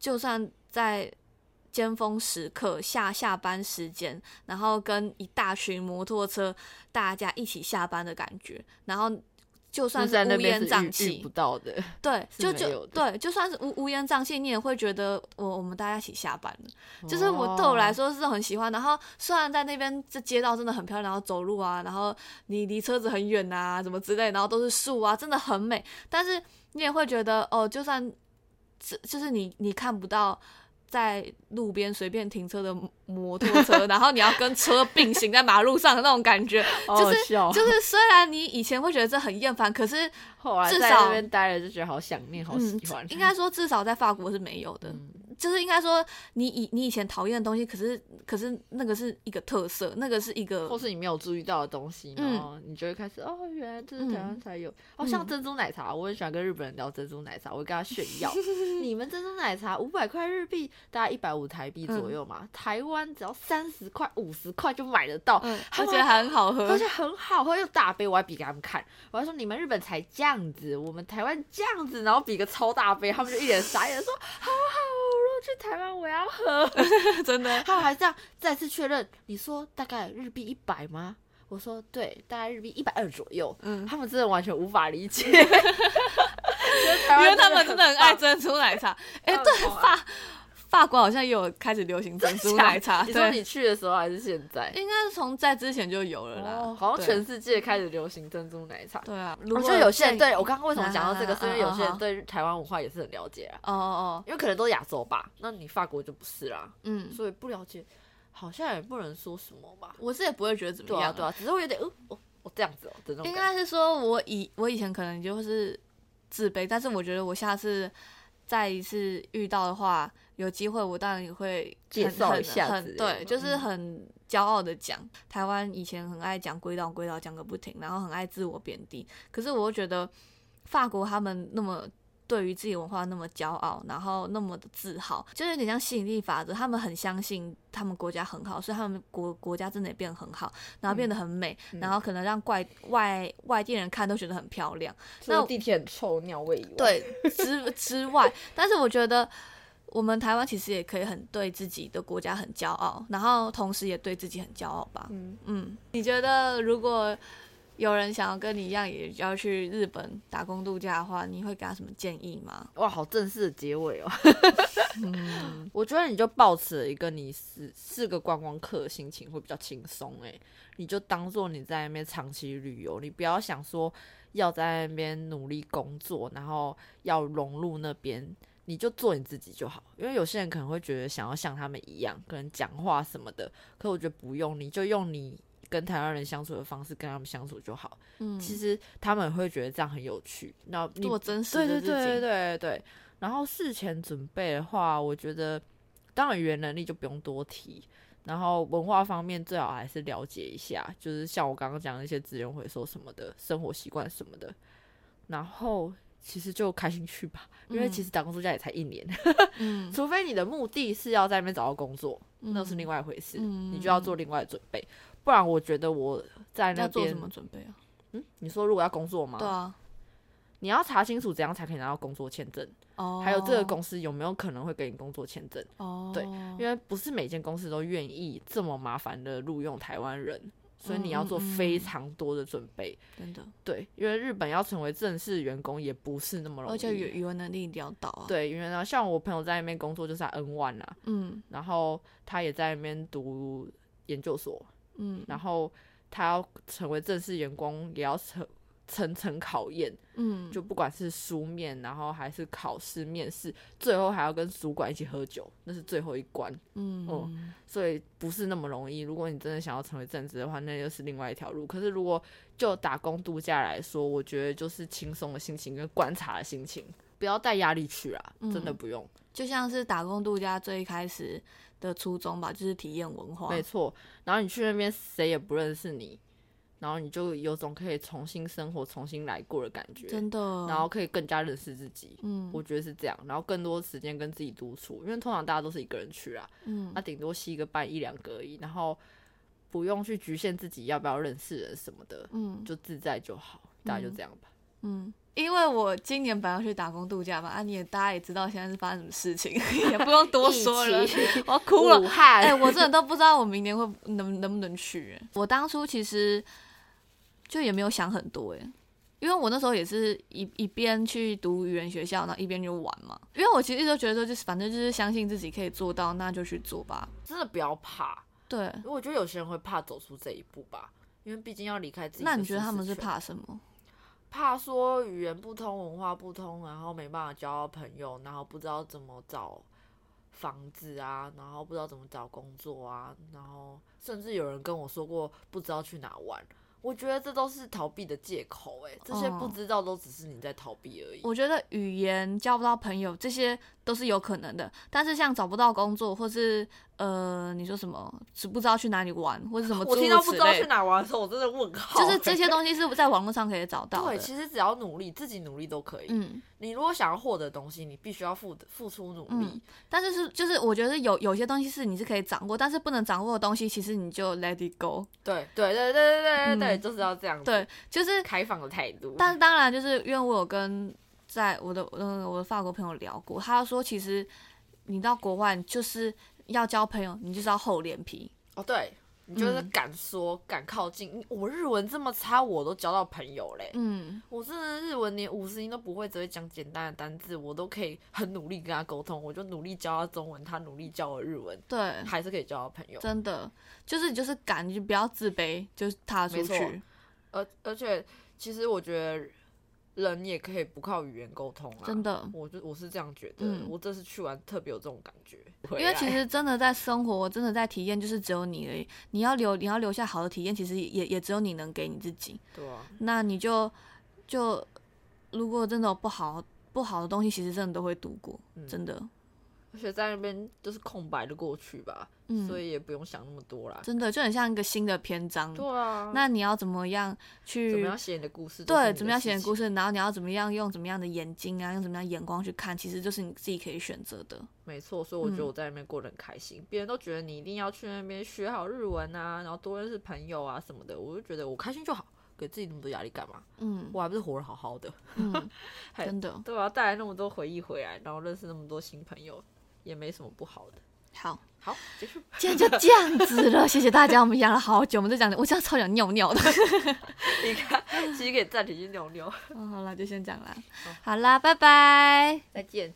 就算在尖峰时刻下下班时间，然后跟一大群摩托车大家一起下班的感觉，然后。就算就是在那乌烟边是瘴遇遇气不，到的，对，是就没就有的对，就算是乌乌烟瘴气，你也会觉得我我们大家一起下班了。就是我对我来哦，说是很喜欢。然后虽然在那边这街道真的很漂亮，然后走路啊，然后你离车子很远啊，什么之类，然后都是树啊，真的很美。但是你也会觉得哦，就算这就是你你看不到。在路边随便停车的摩托车，然后你要跟车并行在马路上的那种感觉，好就好是笑就是虽然你以前会觉得这很厌烦，可是后来至在那少边待了就觉得好想念，好嗯喜欢，应该说至少在法国是没有的。嗯就是应该说你以你以前讨厌的东西，可是可是那个是一个特色，那个是一个或是你没有注意到的东西，嗯然后你就会开始哦，原来这是台湾才有。哦，像嗯珍珠奶茶，我很喜欢跟日本人聊珍珠奶茶，我会跟他炫 耀，你们珍珠奶茶五百块日币，大概一百五台币左嗯右嘛，台湾只要三十块、五十块就买得到，嗯，他而们且还很好喝而，且很好喝又大杯，我还比给他们看，我还说你们日本才这样子，我们台湾这样子，然后比个超大杯，他们就一脸傻眼说好好，如果去台湾我要喝，真的。他们还这样再次确认，你说大概日币一百吗？我说对，大概日币一百二左右。嗯，他们真的完全无法理 解，觉得台因湾为他们真的很爱很棒珍珠奶茶。哎、他们对超爱法法国好像也有开始流行珍珠奶茶，你说对，你去的时候还是现在？应该是从在之前就有了啦。哦，好像对全世界开始流行珍珠奶茶。对啊，我如觉果得哦有些建人议对我刚刚为什么讲到这个，啊是因为有些啊啊人啊对台湾文化也是很了解啊，哦哦哦，因为可能都亚洲吧，那你法国就不是啦，嗯，所以不了解，好像也不能说什么吧。我是也不会觉得怎对么样、啊，对啊，只是会有点，呃，我我这样子哦，的那种应感觉。该是说我以我以前可能就是自卑，但是我觉得我下次再一次遇到的话，有机会我当然也会介很绍很一下之很类的对，就是嗯很骄傲的讲，台湾以前很爱讲归岛归岛讲个不停，然后很爱自我贬低，可是我又觉得法国他们那么。对于自己文化那么骄傲，然后那么的自豪，就有点像吸引力法则。他们很相信他们国家很好，所以他们国国家真的也变得很好，然后变得很美，嗯然后可能让外外外地人看都觉得很漂亮。除了那 地铁很臭，尿味以外，对之之外，但是我觉得我们台湾其实也可以很对自己的国家很骄傲，然后同时也对自己很骄傲吧。嗯，嗯，你觉得如果有人想要跟你一样也要去日本打工度假的话，你会给他什么建议吗？哇，好正式的结尾哦。 我觉得你就抱持一个你是是个观光客的心情会比较轻松诶，你就当做你在那边长期旅游，你不要想说要在那边努力工作，然后要融入那边，你就做你自己就好。因为有些人可能会觉得想要像他们一样，可能讲话什么的，可我觉得不用，你就用你跟台湾人相处的方式跟他们相处就好。嗯，其实他们会觉得这样很有趣。那你做真实对的对自己。对对对对。然后事前准备的话，我觉得当然语言能力就不用多提。然后文化方面最好还是了解一下，就是像我刚刚讲的一些资源回收什么的，生活习惯什么的。然后其实就开心去吧，因为嗯其实打工度假也才一年，嗯除非你的目的是要在那边找到工作，那是嗯另外一回事，嗯你就要做另外的准备。不然我觉得我在那嗯要做边什么准备啊？嗯，你说如果要工作吗？对啊，你要查清楚怎样才可以拿到工作签证，哦，还有这个公司有没有可能会给你工作签证，哦，对因为不是每间公司都愿意这么麻烦的录用台湾人，所以你要做嗯嗯嗯非常多的准备。真的，对，因为日本要成为正式员工也不是那么容易，而且语语文能力潦倒啊。，对，因为呢，像我朋友在那边工作就是 N one 啊，嗯然后他也在那边读研究所，嗯，然后他要成为正式员工也要成层层考验，嗯就不管是书面，然后还是考试、面试，最后还要跟主管一起喝酒，那是最后一关，嗯哦所以不是那么容易。如果你真的想要成为正职的话，那又是另外一条路。可是如果就打工度假来说，我觉得就是轻松的心情跟观察的心情，不要带压力去啊，嗯真的不用。就像是打工度假最一开始的初衷吧，就是体验文化。没错，然后你去那边谁也不认识你，然后你就有种可以重新生活、重新来过的感觉，真的。然后可以更加认识自己。嗯，我觉得是这样，然后更多时间跟自己独处，因为通常大家都是一个人去啦，嗯那顶多吸个伴一两个而已，然后不用去局限自己要不要认识人什么的，嗯就自在就好，大概就嗯这样吧。嗯，因为我今年本来要去打工度假嘛，啊，你也大家也知道现在是发生什么事情， 也不用多说了疫，情我要哭了 武。汉，哎、我真的都不知道我明年会能能不能去、哎我当初其实就也没有想很多、哎，因为我那时候也是一一边去读语言学校，然后一边就玩嘛。因为我其实一直都觉得说，就是反正就是相信自己可以做到，那就去做吧。真的不要怕，对，因为我觉得有些人会怕走出这一步吧，因为毕竟要离开自己的那你舒觉得他适们是圈怕什么？怕说语言不通、文化不通，然后没办法交到朋友，然后不知道怎么找房子啊，然后不知道怎么找工作啊，然后甚至有人跟我说过不知道去哪玩。我觉得这都是逃避的借口、欸，这些哦不知道都只是你在逃避而已。我觉得语言交不到朋友，这些都是有可能的。但是像找不到工作，或是呃，你说什么只不知道去哪里玩，或者什么，我听到不知道去，哪玩的时候，我真的问号、就是这些西。 东西是在网络上可以找到对，的。其实只要努力，自己努力都可以。嗯。你如果想要获得东西，你必须要付付出努力。嗯但是是就是，我觉得有有些东西是你是可以掌握，但是不能掌握的东西，其实你就 let it go。对对对对对对对，嗯就是要这样子。对，就是，开放的态度。但是当然就是因为我有跟在我的嗯我的法国朋友聊过，他说其实你到国外你就是要交朋友，你就是要厚脸皮。哦，对你就是嗯敢说、敢靠近。我日文这么差，我都交到朋友嘞。嗯，我真的日文连五十音都不会，只会讲简单的单字，我都可以很努力跟他沟通。我就努力教他中文，他努力教我日文，对，还是可以交到朋友。真的就是你就是敢，你就不要自卑，就是踏出没错去。而而且，其实我觉得人也可以不靠语言沟通啊。真的我就我是这样觉得。嗯我这次去玩特别有这种感觉，因为其实真的在生活，真的在体验，就是只有你而已。你要留，你要留下好的体验，其实也也只有你能给你自己。对啊，那你就就如果真的有不好不好的东西，其实真的都会度过，嗯真的，而且在那边就是空白的过去吧，嗯所以也不用想那么多啦。真的就很像一个新的篇章。对啊，那你要怎么样怎么去样？写你的故事？对，怎么样写故事？事，然后你要怎么样用怎么样的眼睛啊，用怎么样眼光去看，其实就是你自己可以选择的。没错，所以我觉得嗯我在那边过得很开心。别、人都觉得你一定要去那边学好日文啊，然后多认识朋友啊什么的，我就觉得我开心就好，给自己那么多压力干嘛？嗯我还不是活得好好的？ 嗯，还真的，对啊，带来那么多回忆回来，然后认识那么多新朋友，也没什么不好的。好，好，结束。今天就这样子了，谢谢大家，我们养了好久，我们就讲，我真的超想尿 尿的。 你看，其实可以暂停去尿尿。哦，好啦，就先这样啦，好啦，拜拜。再见。